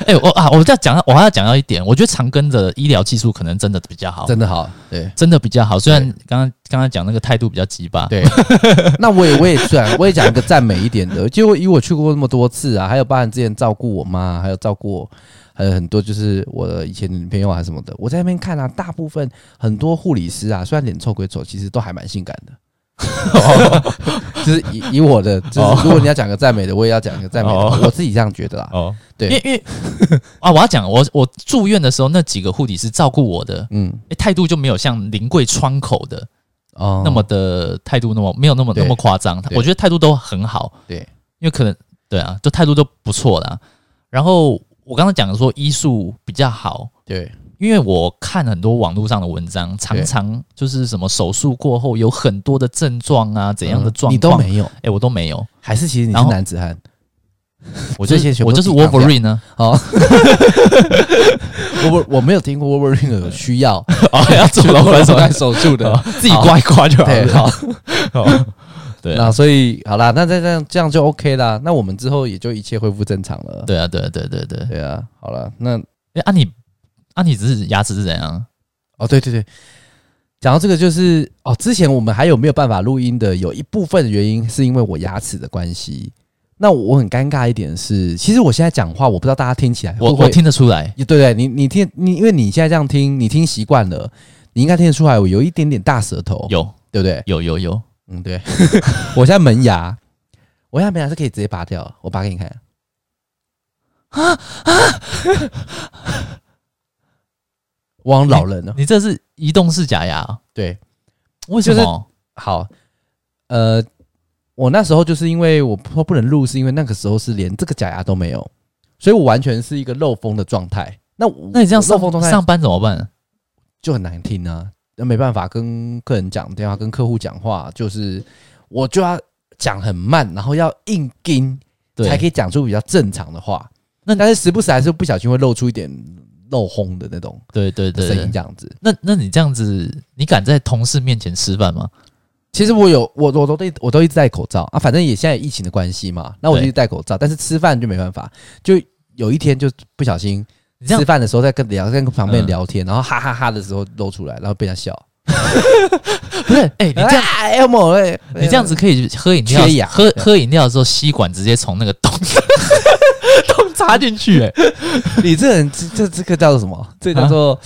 S1: 哎我啊，我要讲到，我还要讲到一点，我觉得长庚的医疗技术可能真的比较好，
S2: 真的好。对
S1: 真的比较好，虽然刚刚刚刚讲那个态度比较鸡巴，
S2: 对，啊 那我也我也虽然我也讲一个赞美一点的，就以我去过那么多次啊，还有包含之前照顾我妈，还有照顾我还有很多就是我的以前的女朋友啊什么的，我在那边看啊，大部分很多护理师啊，虽然脸臭归臭，其实都还蛮性感的。 就是以以我的，就是如果你要讲个赞美的，我也要讲一个赞美的，
S1: 哦
S2: 我自己这样觉得啦。
S1: 哦，因为
S2: 对，
S1: 因为 啊，我要讲我我住院的时候，那几个护理师照顾我的，
S2: 嗯，
S1: 哎态度就没有像临柜窗口的
S2: 哦
S1: 那么的态度那么没有那么
S2: 对
S1: 那么夸张，
S2: 对
S1: 我觉得态度都很好，
S2: 对，
S1: 因为可能对啊，就态度都不错啦。然后我刚刚讲说医术比较好，
S2: 对
S1: 因为我看很多网络上的文章，常常就是什么手术过后有很多的症状啊，怎样的状况、
S2: 嗯你都，没有，
S1: 哎、我都没有，
S2: 还是其实你
S1: 然
S2: 是
S1: 后
S2: 男子汉
S1: 我就
S2: 这些
S1: 是
S2: 全
S1: 我
S2: 部
S1: 就是
S2: 抵抗不了
S1: Wolverine 啊 呢、
S2: 哦。我我我没有听过 Wolverine 有需 要
S1: 啊，哦，要做 老板手
S2: 干手术的
S1: 的，，自己刮一刮就好
S2: 对，好
S1: 了。，哦对啊
S2: 那所以好啦，那再这样这样就 OK 啦。那我们之后也就一切恢复正常了。
S1: 对啊，对啊，对啊对啊对啊。
S2: 对啊，好了，那
S1: 哎、啊你啊你只是牙齿是怎样？
S2: 哦，对对对，讲到这个就是哦，之前我们还有没有办法录音的，有一部分原因是因为我牙齿的关系。那我很尴尬一点是，其实我现在讲话，我不知道大家听起来会
S1: 我
S2: 不会
S1: 我听得出来，
S2: 对对，你你听你，因为你现在这样听，你听习惯了，你应该听得出来，我有一点点大舌头，
S1: 有
S2: 对不对？
S1: 有有有，
S2: 嗯，对， 我现在门牙，我现在门牙是可以直接拔掉的，我拔给你看。 我往老人 了，
S1: 你这是移动式假牙啊，
S2: 对，
S1: 为什么？
S2: 好，呃，我那时候就是因为我不不能录，是因为那个时候是连这个假牙都没有，所以我完全是一个漏风的状态。那我
S1: 那你这样
S2: 我漏
S1: 上
S2: 风状态
S1: 上班怎么办？
S2: 就很难听啊，那没办法，跟客人讲电话，跟客户讲话，就是我就要讲很慢，然后要硬盯，
S1: 对，
S2: 才可以讲出比较正常的话。
S1: 那
S2: 但是时不时还是不小心会露出一点漏轰的那种
S1: 对对对
S2: 声
S1: 对
S2: 音，这样子。
S1: 那那你这样子，你敢在同事面前吃饭吗？
S2: 其实我有我我都对我都一直戴口罩啊，反正也现在疫情的关系嘛，那我就一直戴口罩，但是吃饭就没办法，就有一天就不小心
S1: 你这样
S2: 吃饭的时候在跟聊在跟旁边
S1: 嗯
S2: 聊天，然后哈哈哈的时候露出来，然后被人家笑，
S1: 不是？哎、你这样
S2: 啊哎某哎，
S1: 你这样子可以喝饮
S2: 缺啊
S1: 料，
S2: 氧
S1: 喝喝饮料的时候，吸管直接从那个 洞洞插进去、哎，
S2: 你这人这这这个叫做什么？这叫做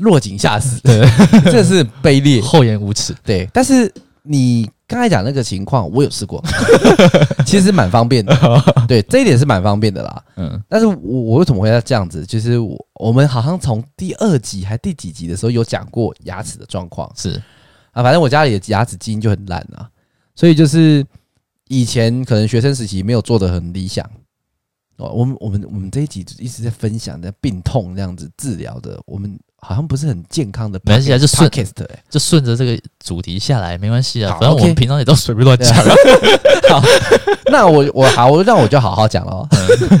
S2: 落井下石，
S1: 啊对，
S2: 这是卑劣。
S1: 厚颜无耻。
S2: 对，但是你刚才讲那个情况，我有 试过，其实蛮方便的。对，这一点是蛮方便的啦。
S1: 哦嗯，
S2: 但是我我为什么会要这样子？就是我我们好像从第二集还第几集的时候有讲过牙齿的状况
S1: 是
S2: 啊，反正我家里的牙齿基因就很烂啊，所以就是以前可能学生时期没有做的很理想。哦，我们我们我们这一集一直在分享在病痛这样子治疗的，我们好像不是很健康的 podcast,
S1: 没关系啊就顺
S2: podcast 欸
S1: 就顺着这个主题下来，没关系啊，
S2: 好
S1: 反正我们
S2: OK
S1: 平常也都随便乱讲啊。
S2: 好， 那我我好，我那我就好好讲了、哦。
S1: 嗯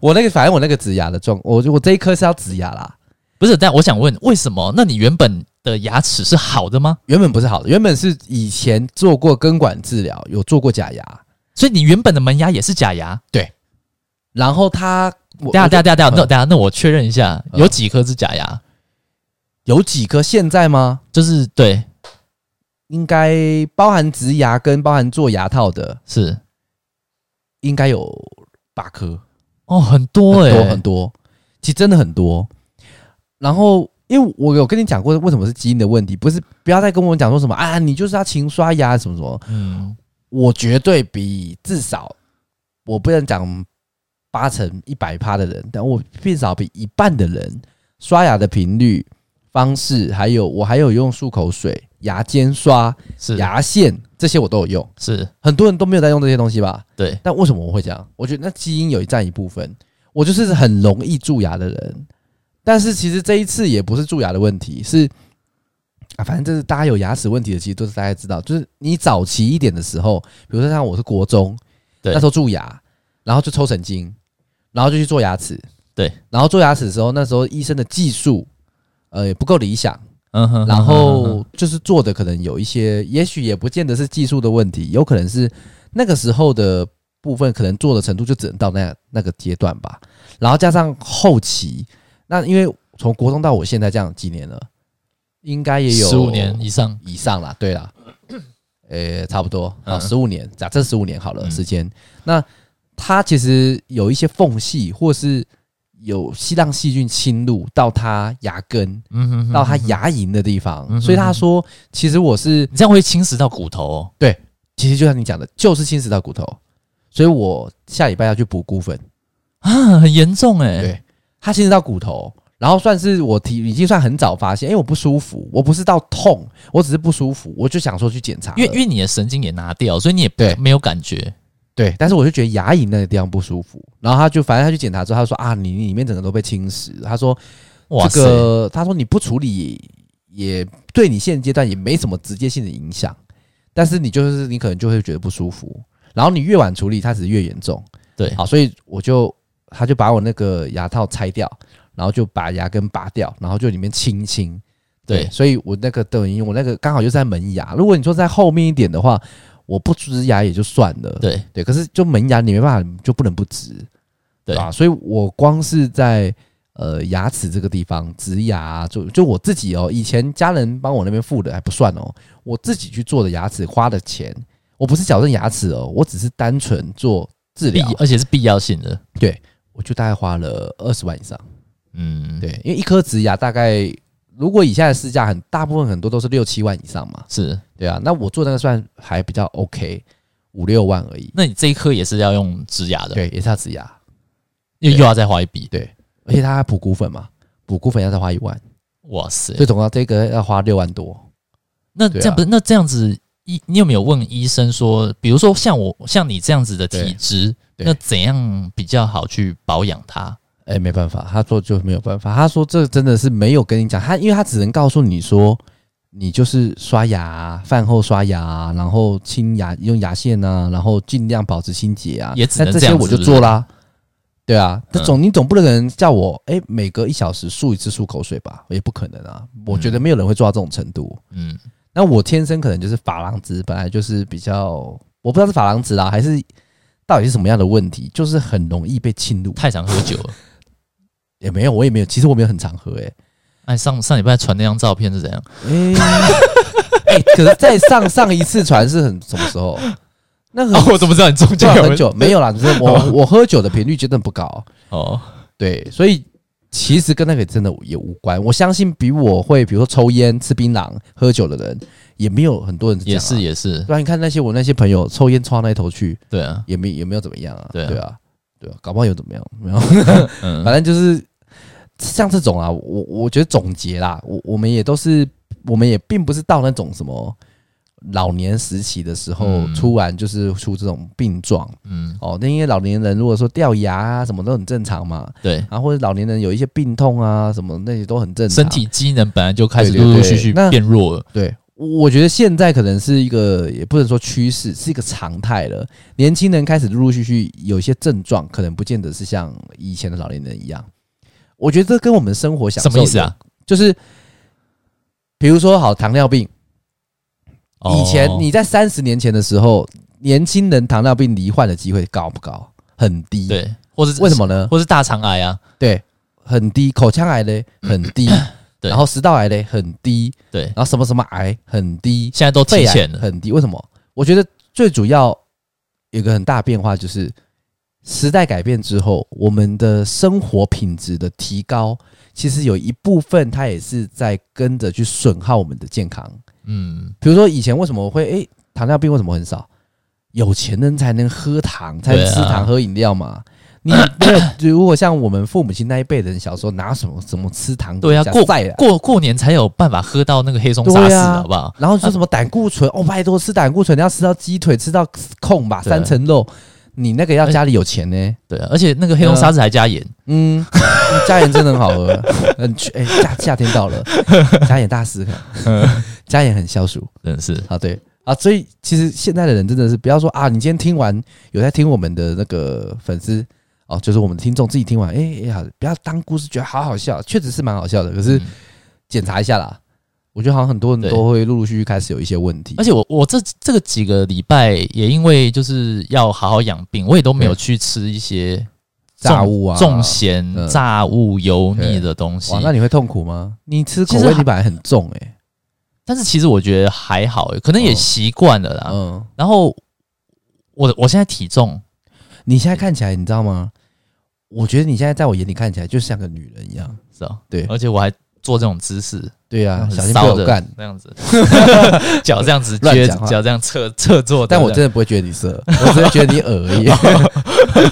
S2: 我那个反正我那个植牙的状，我我这一颗是要植牙啦，
S1: 不是，但我想问，为什么？那你原本的牙齿是好的吗？
S2: 原本不是好的，原本是以前做过根管治疗，有做过假牙，
S1: 所以你原本的门牙也是假牙？
S2: 然后他我
S1: 等一下，等一下，等一下，那
S2: 嗯
S1: 等一下，那我确认一下，
S2: 嗯
S1: 有几颗是假牙？
S2: 有几颗现在吗？
S1: 就是对，
S2: 应该包含植牙跟包含做牙套的，
S1: 是
S2: 应该有八颗，
S1: 哦，很多
S2: 很
S1: 哎、
S2: 多很多，其实真的很多。然后，因为我有跟你讲过，为什么是基因的问题，不是不要再跟我讲说什么啊，你就是要勤刷牙什么什么，
S1: 嗯，
S2: 我绝对比至少我不能讲八成一百趴的人，但我至少比一半的人刷牙的频率、方式，还有我还有用漱口水、牙尖刷、
S1: 是
S2: 牙线这些我都有用。
S1: 是，
S2: 很多人都没有在用这些东西吧？
S1: 对，
S2: 但为什么我会这样？我觉得那基因有一占一部分。我就是很容易蛀牙的人，但是其实这一次也不是蛀牙的问题，是啊，反正就是大家有牙齿问题的，其实都是大家知道，就是你早期一点的时候，比如说像我是国中，
S1: 对
S2: 那时候蛀牙，然后就抽神经，然后就去做牙齿，
S1: 对，
S2: 然后做牙齿的时候，那时候医生的技术呃也不够理想，
S1: 嗯哼，
S2: 然
S1: 嗯哼
S2: 后就是做的可能有一些，也许也不见得是技术的问题，有可能是那个时候的部分可能做的程度就只能到那那个阶段吧。然后加上后期，那因为从国中到我现在这样几年了，应该也有
S1: 十五年以上，
S2: 以上啦，对啦，呃、差不多啊，
S1: 嗯
S2: 十五年，假设十五年好了、
S1: 嗯
S2: 时间。那它其实有一些缝隙，或是有吸让细菌侵入到它牙根，
S1: 嗯哼哼
S2: 到他牙龈的地方，
S1: 嗯哼
S2: 所以他说，其实我是，
S1: 你这样会侵蚀到骨头哦。
S2: 其实就像你讲的，就是侵蚀到骨头，所以我下礼拜要去补骨粉。
S1: 啊，很严重哎、
S2: 对他侵蚀到骨头，然后算是我提已经算很早发现，因为我不舒服，我不是到痛，我只是不舒服，我就想说去检查了。
S1: 因为因为你的神经也拿掉，所以你也
S2: 对
S1: 没有感觉。
S2: 对，但是我就觉得牙龈那个地方不舒服，然后他就反正他去检查之后，他说啊，你你里面整个都被侵蚀。他说
S1: 哇塞，
S2: 这个他说你不处理也也对你现阶段也没什么直接性的影响，但是你就是你可能就会觉得不舒服，然后你越晚处理，它只是越严重。
S1: 对
S2: 好，所以我就他就把我那个牙套拆掉，然后就把牙根拔掉，然后就里面清一清。
S1: 对
S2: 所以我那个等于我那个刚好就是在门牙，如果你说在后面一点的话，我不植牙也就算了，
S1: 对
S2: 对，可是就门牙你没办法，就不能不植，
S1: 对
S2: 啊，所以我光是在呃牙齿这个地方植牙啊、就就我自己哦，以前家人帮我那边付的还不算哦，我自己去做的牙齿花的钱，我不是矫正牙齿哦，我只是单纯做治
S1: 必
S2: 疗，
S1: 而且是必要性的。
S2: 我就大概花了二十万以上，
S1: 嗯，
S2: 对，因为一颗植牙大概如果以现在的市价很大部分很多都是六七万以上嘛，
S1: 是。
S2: 对啊，那我做那个算还比较 OK，五六万而已，
S1: 那你这一颗也是要用植牙的，
S2: 对，也是要植牙。
S1: 又
S2: 对
S1: 又要再花一笔。
S2: 而且他还补股粉嘛，补股粉要再花一万，
S1: 哇塞
S2: 所，以总共这个要花六万多。
S1: 那
S2: 对啊
S1: 这样不是？那这样子医，你有没有问医生说，比如说像我像你这样子的体
S2: 对
S1: 质，
S2: 对
S1: 那怎样比较好去保养它？
S2: 哎、没办法，他说就没有办法。他说这真的是没有跟你讲，他因为他只能告诉你说，你就是刷牙，饭后刷牙，然后清牙用牙线啊，然后尽量保持清洁啊。
S1: 也只能
S2: 那这
S1: 这
S2: 些
S1: 样
S2: 我就
S1: 子
S2: 做啦。对啊，这
S1: 嗯
S2: 总、你总不能叫我哎、每隔一小时漱一次漱口水吧，也不可能啊。我觉得没有人会做到这种程度。
S1: 嗯，
S2: 那我天生可能就是珐琅质，本来就是比较，我不知道是珐琅质啦，啊还是到底是什么样的问题，就是很容易被侵入。
S1: 太常喝酒 了。
S2: 也没有，我也没有，其实我没有很常喝、欸，
S1: 哎，上上礼拜传那张照片是怎 样？
S2: 哎、 哎、可是在上上一次传是很什么时候？那很、
S1: 哦，我怎么知道你中
S2: 对
S1: 间
S2: 哦 啊
S1: 有
S2: 很久没有啦，只是我我喝酒的频率真的不高，
S1: 哦？
S2: 对，所以其实跟那个真的也无关。我相信比我会，比如说抽烟、吃槟榔、喝酒的人，也没有很多人
S1: 也
S2: 这样
S1: 是
S2: 啊。
S1: 也是，
S2: 不然你看那些我那些朋友抽烟抽到那一头去，
S1: 对啊，
S2: 也没也没有怎么样啊，
S1: 对啊
S2: 对啊，对啊，搞不好有怎么样，没有。
S1: 嗯，
S2: 反正就是像这种啊，我我觉得总结啦，我我们也都是，我们也并不是到那种什么老年时期的时候，
S1: 嗯
S2: 突然就是出这种病状
S1: 嗯，
S2: 哦。那因为老年人如果说掉牙啊什么都很正常嘛，
S1: 对，
S2: 然后或者老年人有一些病痛啊什么那些都很正常。
S1: 身体机能本来就开始
S2: 对对
S1: 陆
S2: 对
S1: 陆续续
S2: 那
S1: 变弱了，
S2: 对，我我觉得现在可能是一个，也不能说趋势，是一个常态了。年轻人开始陆陆续续有一些症状，可能不见得是像以前的老年人一样。我觉得这跟我们生活享受
S1: 什么意思啊？
S2: 有？就是比如说，好糖尿病，
S1: 哦
S2: 以前你在三十年前的时候，年轻人糖尿病罹患的机会高不高？很低。，
S1: 对，或是
S2: 为什？么呢？
S1: 或是大肠癌啊？
S2: 对，很低。口腔癌嘞，很低。
S1: 对
S2: 然后食道癌嘞，很低。
S1: 对，
S2: 然后什么什么癌，很低。
S1: 现在都
S2: 肺
S1: 提前
S2: 癌
S1: 了，
S2: 很低。为什么？我觉得最主要有一个很大变化就是时代改变之后，我们的生活品质的提高，其实有一部分它也是在跟着去损耗我们的健康。
S1: 嗯，
S2: 比如说以前为什么会诶、糖尿病为什么很少？有钱人才能喝糖，才能
S1: 对啊
S2: 吃糖、喝饮料嘛。 你没有，如果像我们父母亲那一辈的人，小时候哪什么怎么吃糖果？
S1: 对啊，
S2: 讲
S1: 过
S2: 在啊
S1: 过过年才有办法喝到那个黑松
S2: 对
S1: 沙士，
S2: 啊
S1: 好不好？
S2: 然后说什么胆固醇，哦，拜托吃胆固醇，你要吃到鸡腿，吃到控吧，
S1: 嗯对
S2: 三层肉，你那个要家里有钱呢、
S1: 对啊，而且那个黑松沙士还加盐，
S2: 嗯，加盐真的很好喝， 很去哎、夏夏天到了， 加盐大师，
S1: 嗯
S2: 加盐很消暑
S1: 真的是，
S2: 啊，对啊，所以其实现在的人真的是不要说啊，你今天听完有在听我们的那个粉丝哦，就是我们的听众自己听完，哎、哎呀，不要当故事觉得好好笑，确实是蛮好笑的，可是
S1: 嗯
S2: 检查一下啦，我觉得好像很多人
S1: 对
S2: 都会陆陆续续开始有一些问题，
S1: 而且我我这这个几个礼拜也因为就是要好好养病，我也都没有去吃一些重
S2: 炸物啊，
S1: 重咸、
S2: 嗯
S1: 炸物、油腻的东西
S2: 哇，。那你会痛苦吗？你吃口
S1: 其
S2: 味
S1: 实
S2: 你本来很重哎、
S1: 但是其实我觉得还好、欸，可能也
S2: 哦
S1: 习惯了啦。
S2: 嗯，
S1: 然后我我现在体重，
S2: 你现在看起来你知道吗？我觉得你现在在我眼里看起来就像个女人一样。
S1: 是吧？
S2: 对
S1: 而且我还做这种姿势，
S2: 对啊，
S1: 很
S2: 小心被
S1: 骚
S2: 我
S1: 的
S2: 干。
S1: 这样 子，脚这样子
S2: 乱
S1: 撅
S2: 讲话，
S1: 脚这样侧侧坐。
S2: 但我
S1: 这
S2: 真
S1: 样
S2: 的不会觉得你色，我只会觉得你 恶而已。
S1: 哦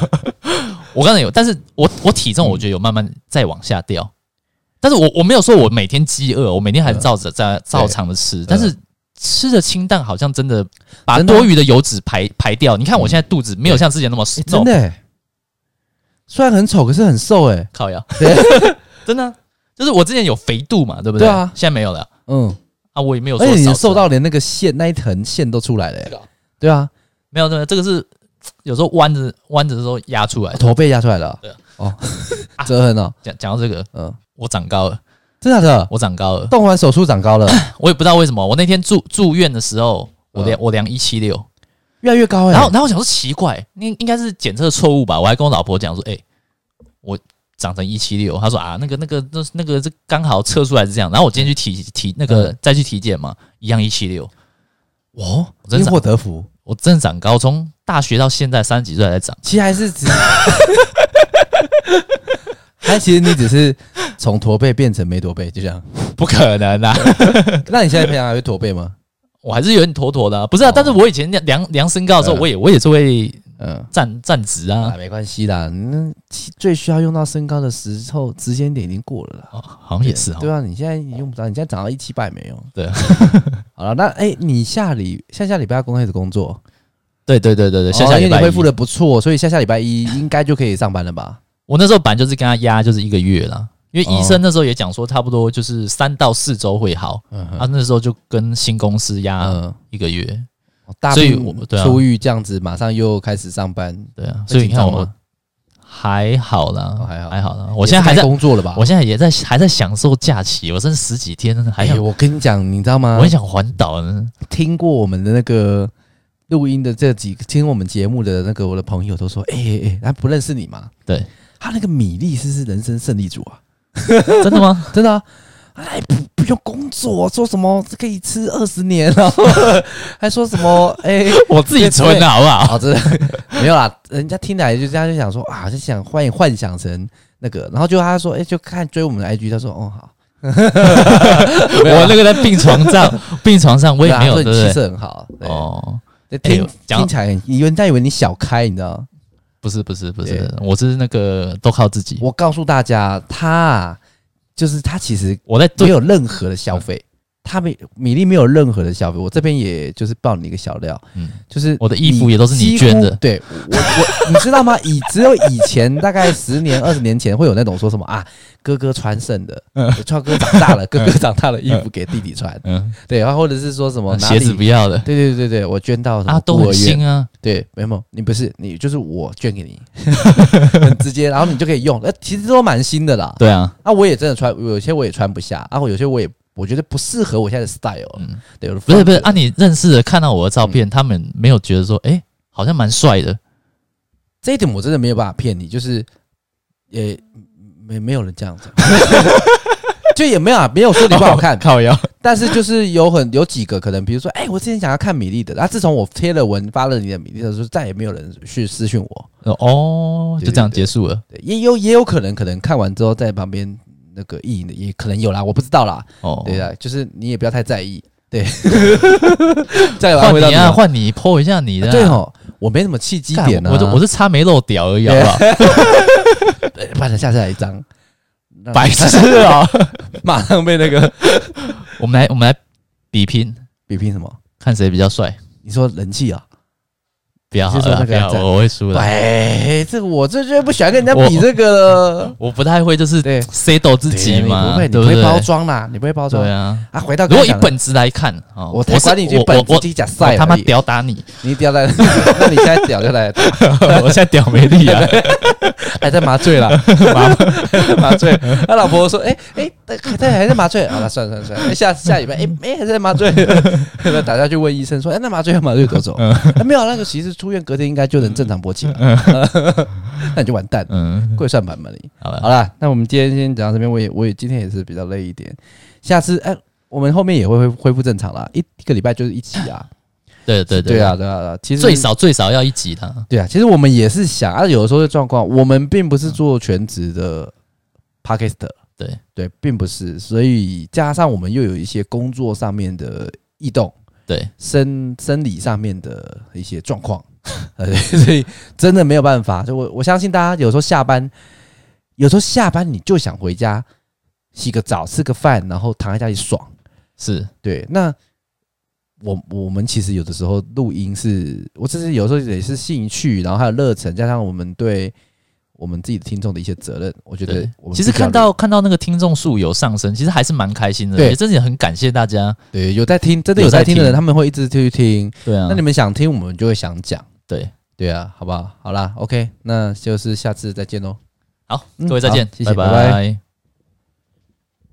S1: 我刚才有，但是我我体重我觉得有慢慢再往下掉，但是我我没有说我每天饥饿，我每天还是照
S2: 嗯
S1: 着在照常的吃，但是。吃的清淡好像真的把
S2: 真的啊
S1: 多余的油脂排排掉。你看我现在肚子没有像之前那么瘦，
S2: 真的、欸，虽然很丑，可是很瘦哎、
S1: 靠腰
S2: 对，
S1: 真的啊、就是我之前有肥肚嘛，对不对？
S2: 对啊
S1: 现在没有了
S2: 嗯，
S1: 啊，我也没有
S2: 而
S1: 说
S2: 且
S1: 少
S2: 你
S1: 吃
S2: 瘦到连那个线那一层线都出来了、
S1: 这
S2: 欸
S1: 个。
S2: 对啊，
S1: 没有，没有，这个是有时候弯着弯着的时候压出来的。
S2: 驼背压出来了
S1: 对啊。
S2: 哦， 折痕哦，
S1: 讲讲到这个，
S2: 嗯，
S1: 我长高了，
S2: 真的假的？
S1: 我长高了，
S2: 动完手术长 高了，
S1: 我也不知道为什么。我那天住住院的时候，我量、
S2: 嗯
S1: 我量一七六，
S2: 越来越高哎、
S1: 然后然后我想说奇怪，应应该是检测错误吧？我还跟我老婆讲说，哎、我长成一七六，她说啊，那个那个那那个这刚好测出来是这样。然后我今天去体体那个、再去体检嘛，一样一七六，
S2: 嗯哦，
S1: 我真
S2: 因
S1: 长
S2: 祸得福。
S1: 我真的长高，从大学到现在三十几岁还在长。
S2: 其实还是只， 还其实你只是从驼背变成没驼背，就 这样。
S1: 不可能啊！
S2: 那你现在平常还会驼背吗？
S1: 我还是有点妥妥的、啊，不是啊？
S2: 哦
S1: 但是我以前量量量身高的时候，
S2: 嗯
S1: 我也我也是会
S2: 嗯，
S1: 站站直啊
S2: 啊，。没关系啦。那其最需要用到身高的时候，时间点已经过了啦。
S1: 哦，好像也是哦
S2: 啊对。啊，你现在你用不着，你现在长到一七 八也没用。
S1: 对，
S2: 好了，那哎、你下礼下下礼拜要公开始工作，
S1: 对对对对对，下下
S2: 哦、因
S1: 礼
S2: 为你
S1: 拜一。
S2: 恢复的不错，所以下下礼拜一应该就可以上班了吧？
S1: 我那时候本来就是跟他压就是一个月啦，因为医
S2: 哦
S1: 生那时候也讲说差不多就是三到四周会好，
S2: 嗯
S1: 他、啊、那时候就跟新公司压
S2: 嗯，哦
S1: 一个月，
S2: 大
S1: 啊所以
S2: 病
S1: 我对啊
S2: 初愈这样子，马上又开始上班，
S1: 对啊，
S2: 会
S1: 所以你
S2: 紧
S1: 看
S2: 张
S1: 我
S2: 吗
S1: 还好啦，
S2: 哦还好
S1: 还好啦，我现在还
S2: 也是
S1: 在
S2: 该，工作了吧？
S1: 我现在也在还在享受假期，我剩十几天，真的还
S2: 哎、
S1: 想、
S2: 我跟你讲，你知道吗？
S1: 我很想环岛 呢，
S2: 听过我们的那个录音的这几个，听我们节目的那个我的朋友都说，哎、哎哎、他不认识你嘛？
S1: 对，
S2: 他那个米粒是是人生胜利组啊，
S1: 真的 吗？
S2: 真的啊。哎，不不用工作，说什么可以吃二十年，然后 还说什么哎，
S1: 我自己存的好不好？
S2: 哦，真的没有啦，人家听来就这样就想说啊，就想幻幻想成那个，然后就他说哎、就看追我们的 IG，他说哦好，没有啦
S1: 我那个在病床上，病床上我也没有，
S2: 啊对
S1: 对
S2: 啊他说你气
S1: 不
S2: 色很好，
S1: 对？
S2: 对，
S1: 哦，
S2: 对
S1: 哎
S2: 听
S1: 呦讲嗯
S2: 听起来很以为人家以为你小开，你知道吗？
S1: 不是不是不是
S2: 对，
S1: 我是那个都靠自己，我
S2: 我告诉大家，他啊就是他其实
S1: 我在
S2: 没
S1: 对嗯
S2: 有任何的消费，他没米粒没有任何的消费。我这边也就是爆你一个小料，
S1: 嗯
S2: 就是
S1: 我的衣服也都是你
S2: 几乎
S1: 捐的
S2: 对我我你知道吗？以只有以前大概十年二十年前会有那种说什么啊，哥哥穿剩的，我超哥长大了，哥哥长大了衣服给弟弟穿，
S1: 嗯
S2: 对，然后或者是说什么哪
S1: 鞋
S2: 里
S1: 子不要的
S2: 对对对对，我捐到什么
S1: 啊，都
S2: 孤
S1: 很
S2: 儿院
S1: 新啊，
S2: 对，没有，你不是你，就是我捐给 你，很直接，然后你就可以用。呃，其实都蛮新的啦。
S1: 对啊，
S2: 啊，我也真的穿，有些我也穿不下，啊，我有些我也我觉得不适合我现在的 style。
S1: 嗯
S2: 对，有的
S1: 不是不是
S2: 放着
S1: 啊，你认识的看到我的照片，他们没有觉得说，哎，好像蛮帅的，
S2: 这一点我真的没有办法骗你，就是也没没有人这样子， 就也没有啊，没有说你 不
S1: 哦
S2: 好看，
S1: 靠 腰，
S2: 但是就是有很有几个可能，比如说，哎、我之前想要看米粒的，啊，自从我贴了文发了你的米粒的时候，再也没有人去私讯我。
S1: 哦，
S2: 对
S1: 就这样结束了，
S2: 对，也有也有可能，可能看完之后在旁边那个意淫的，也可能有啦，我不知道啦。
S1: 哦，
S2: 对啊，就是你也不要太在意。 对，再来
S1: 换
S2: 回到
S1: 你啊，
S2: 啊
S1: 换你 po 一下你的啊，
S2: 对哦，我没什么契机
S1: 干
S2: 点啊，
S1: 我就 哎我是差没露屌而已，好不好？
S2: 对不然下次来一张，让
S1: 白痴
S2: 哦
S1: 啊！
S2: 马上被那个
S1: 我们来我们来比拼，
S2: 比拼什么？
S1: 看谁比较帅，
S2: 你说人气啊？
S1: 不要好
S2: 你是说
S1: 了，
S2: 那
S1: 不
S2: 个
S1: 要，
S2: 这样
S1: 我我会输的，
S2: 哎，这个我这就不喜欢跟人家比这个了。
S1: 我不太会就是
S2: 对
S1: say 斗 自己
S2: 对你
S1: 嘛，
S2: 不会，
S1: 对
S2: 你不会
S1: 对？
S2: 包装啦，你不会包装
S1: 对。啊，
S2: 啊，回到
S1: 如果
S2: 刚刚
S1: 以
S2: 讲的
S1: 本质来看啊，哦
S2: 我才
S1: 是
S2: 管你去
S1: 我
S2: 本
S1: 我
S2: 自己假赛
S1: 我哦他妈
S2: 而已
S1: 屌打你，
S2: 你掉在， 那你现在屌就来，
S1: 我现在屌没力 啊！
S2: 还哎在麻醉 啦，麻麻醉。他老婆说：“哎、哎，还在还在麻醉。”好了，算了算了算了，哎下下礼拜哎哎还在麻醉， 那打下去问医生说：“哎，那麻醉要麻醉多久？”
S1: 嗯
S2: 啊没有，那个其实出院隔天应该就能正常勃起了， 那你就完蛋了，
S1: 嗯，
S2: 跪算盘吧你。
S1: 好了，
S2: 好了，那我们今天先讲到这边，我也我也今天也是比较累一点，下次哎。我们后面也会恢恢复正常啦，一一个礼拜就是一集啊，
S1: 对对
S2: 对啊，，对啊，对啊其实
S1: 最少最少要一集的，
S2: 对啊，其实我们也是想啊，有的时候的状况，我们并不是做全职的 p a k i s t
S1: 对
S2: 对，并不是，所以加上我们又有一些工作上面的异动，
S1: 对，
S2: 生生理上面的一些状况， 呃，对所以真的没有办法。就我我相信大家有时候下班，有时候下班你就想回家洗个澡、吃个饭，然后躺在家里爽。
S1: 是
S2: 对，那我我们其实有的时候录音是，我只是有时候也是兴趣，然后还有热忱，加上我们对我们自己的听众的一些责任，我觉得
S1: 对
S2: 我。们
S1: 其实
S2: 必须要
S1: 看到看到那个听众数有上升，其实还是蛮开心的，
S2: 对
S1: 也真的也很感谢大家。
S2: 对有在听，真的有
S1: 有在
S2: 在听的人，
S1: 听
S2: 他们会一直去听。
S1: 对啊
S2: 那，你们想听，我们就会想讲。
S1: 对，
S2: 对啊，好不好？好啦，OK，那就是下次再见喽。
S1: 好，
S2: 嗯
S1: 各位再见
S2: 好谢，谢
S1: 拜
S2: 拜
S1: 拜。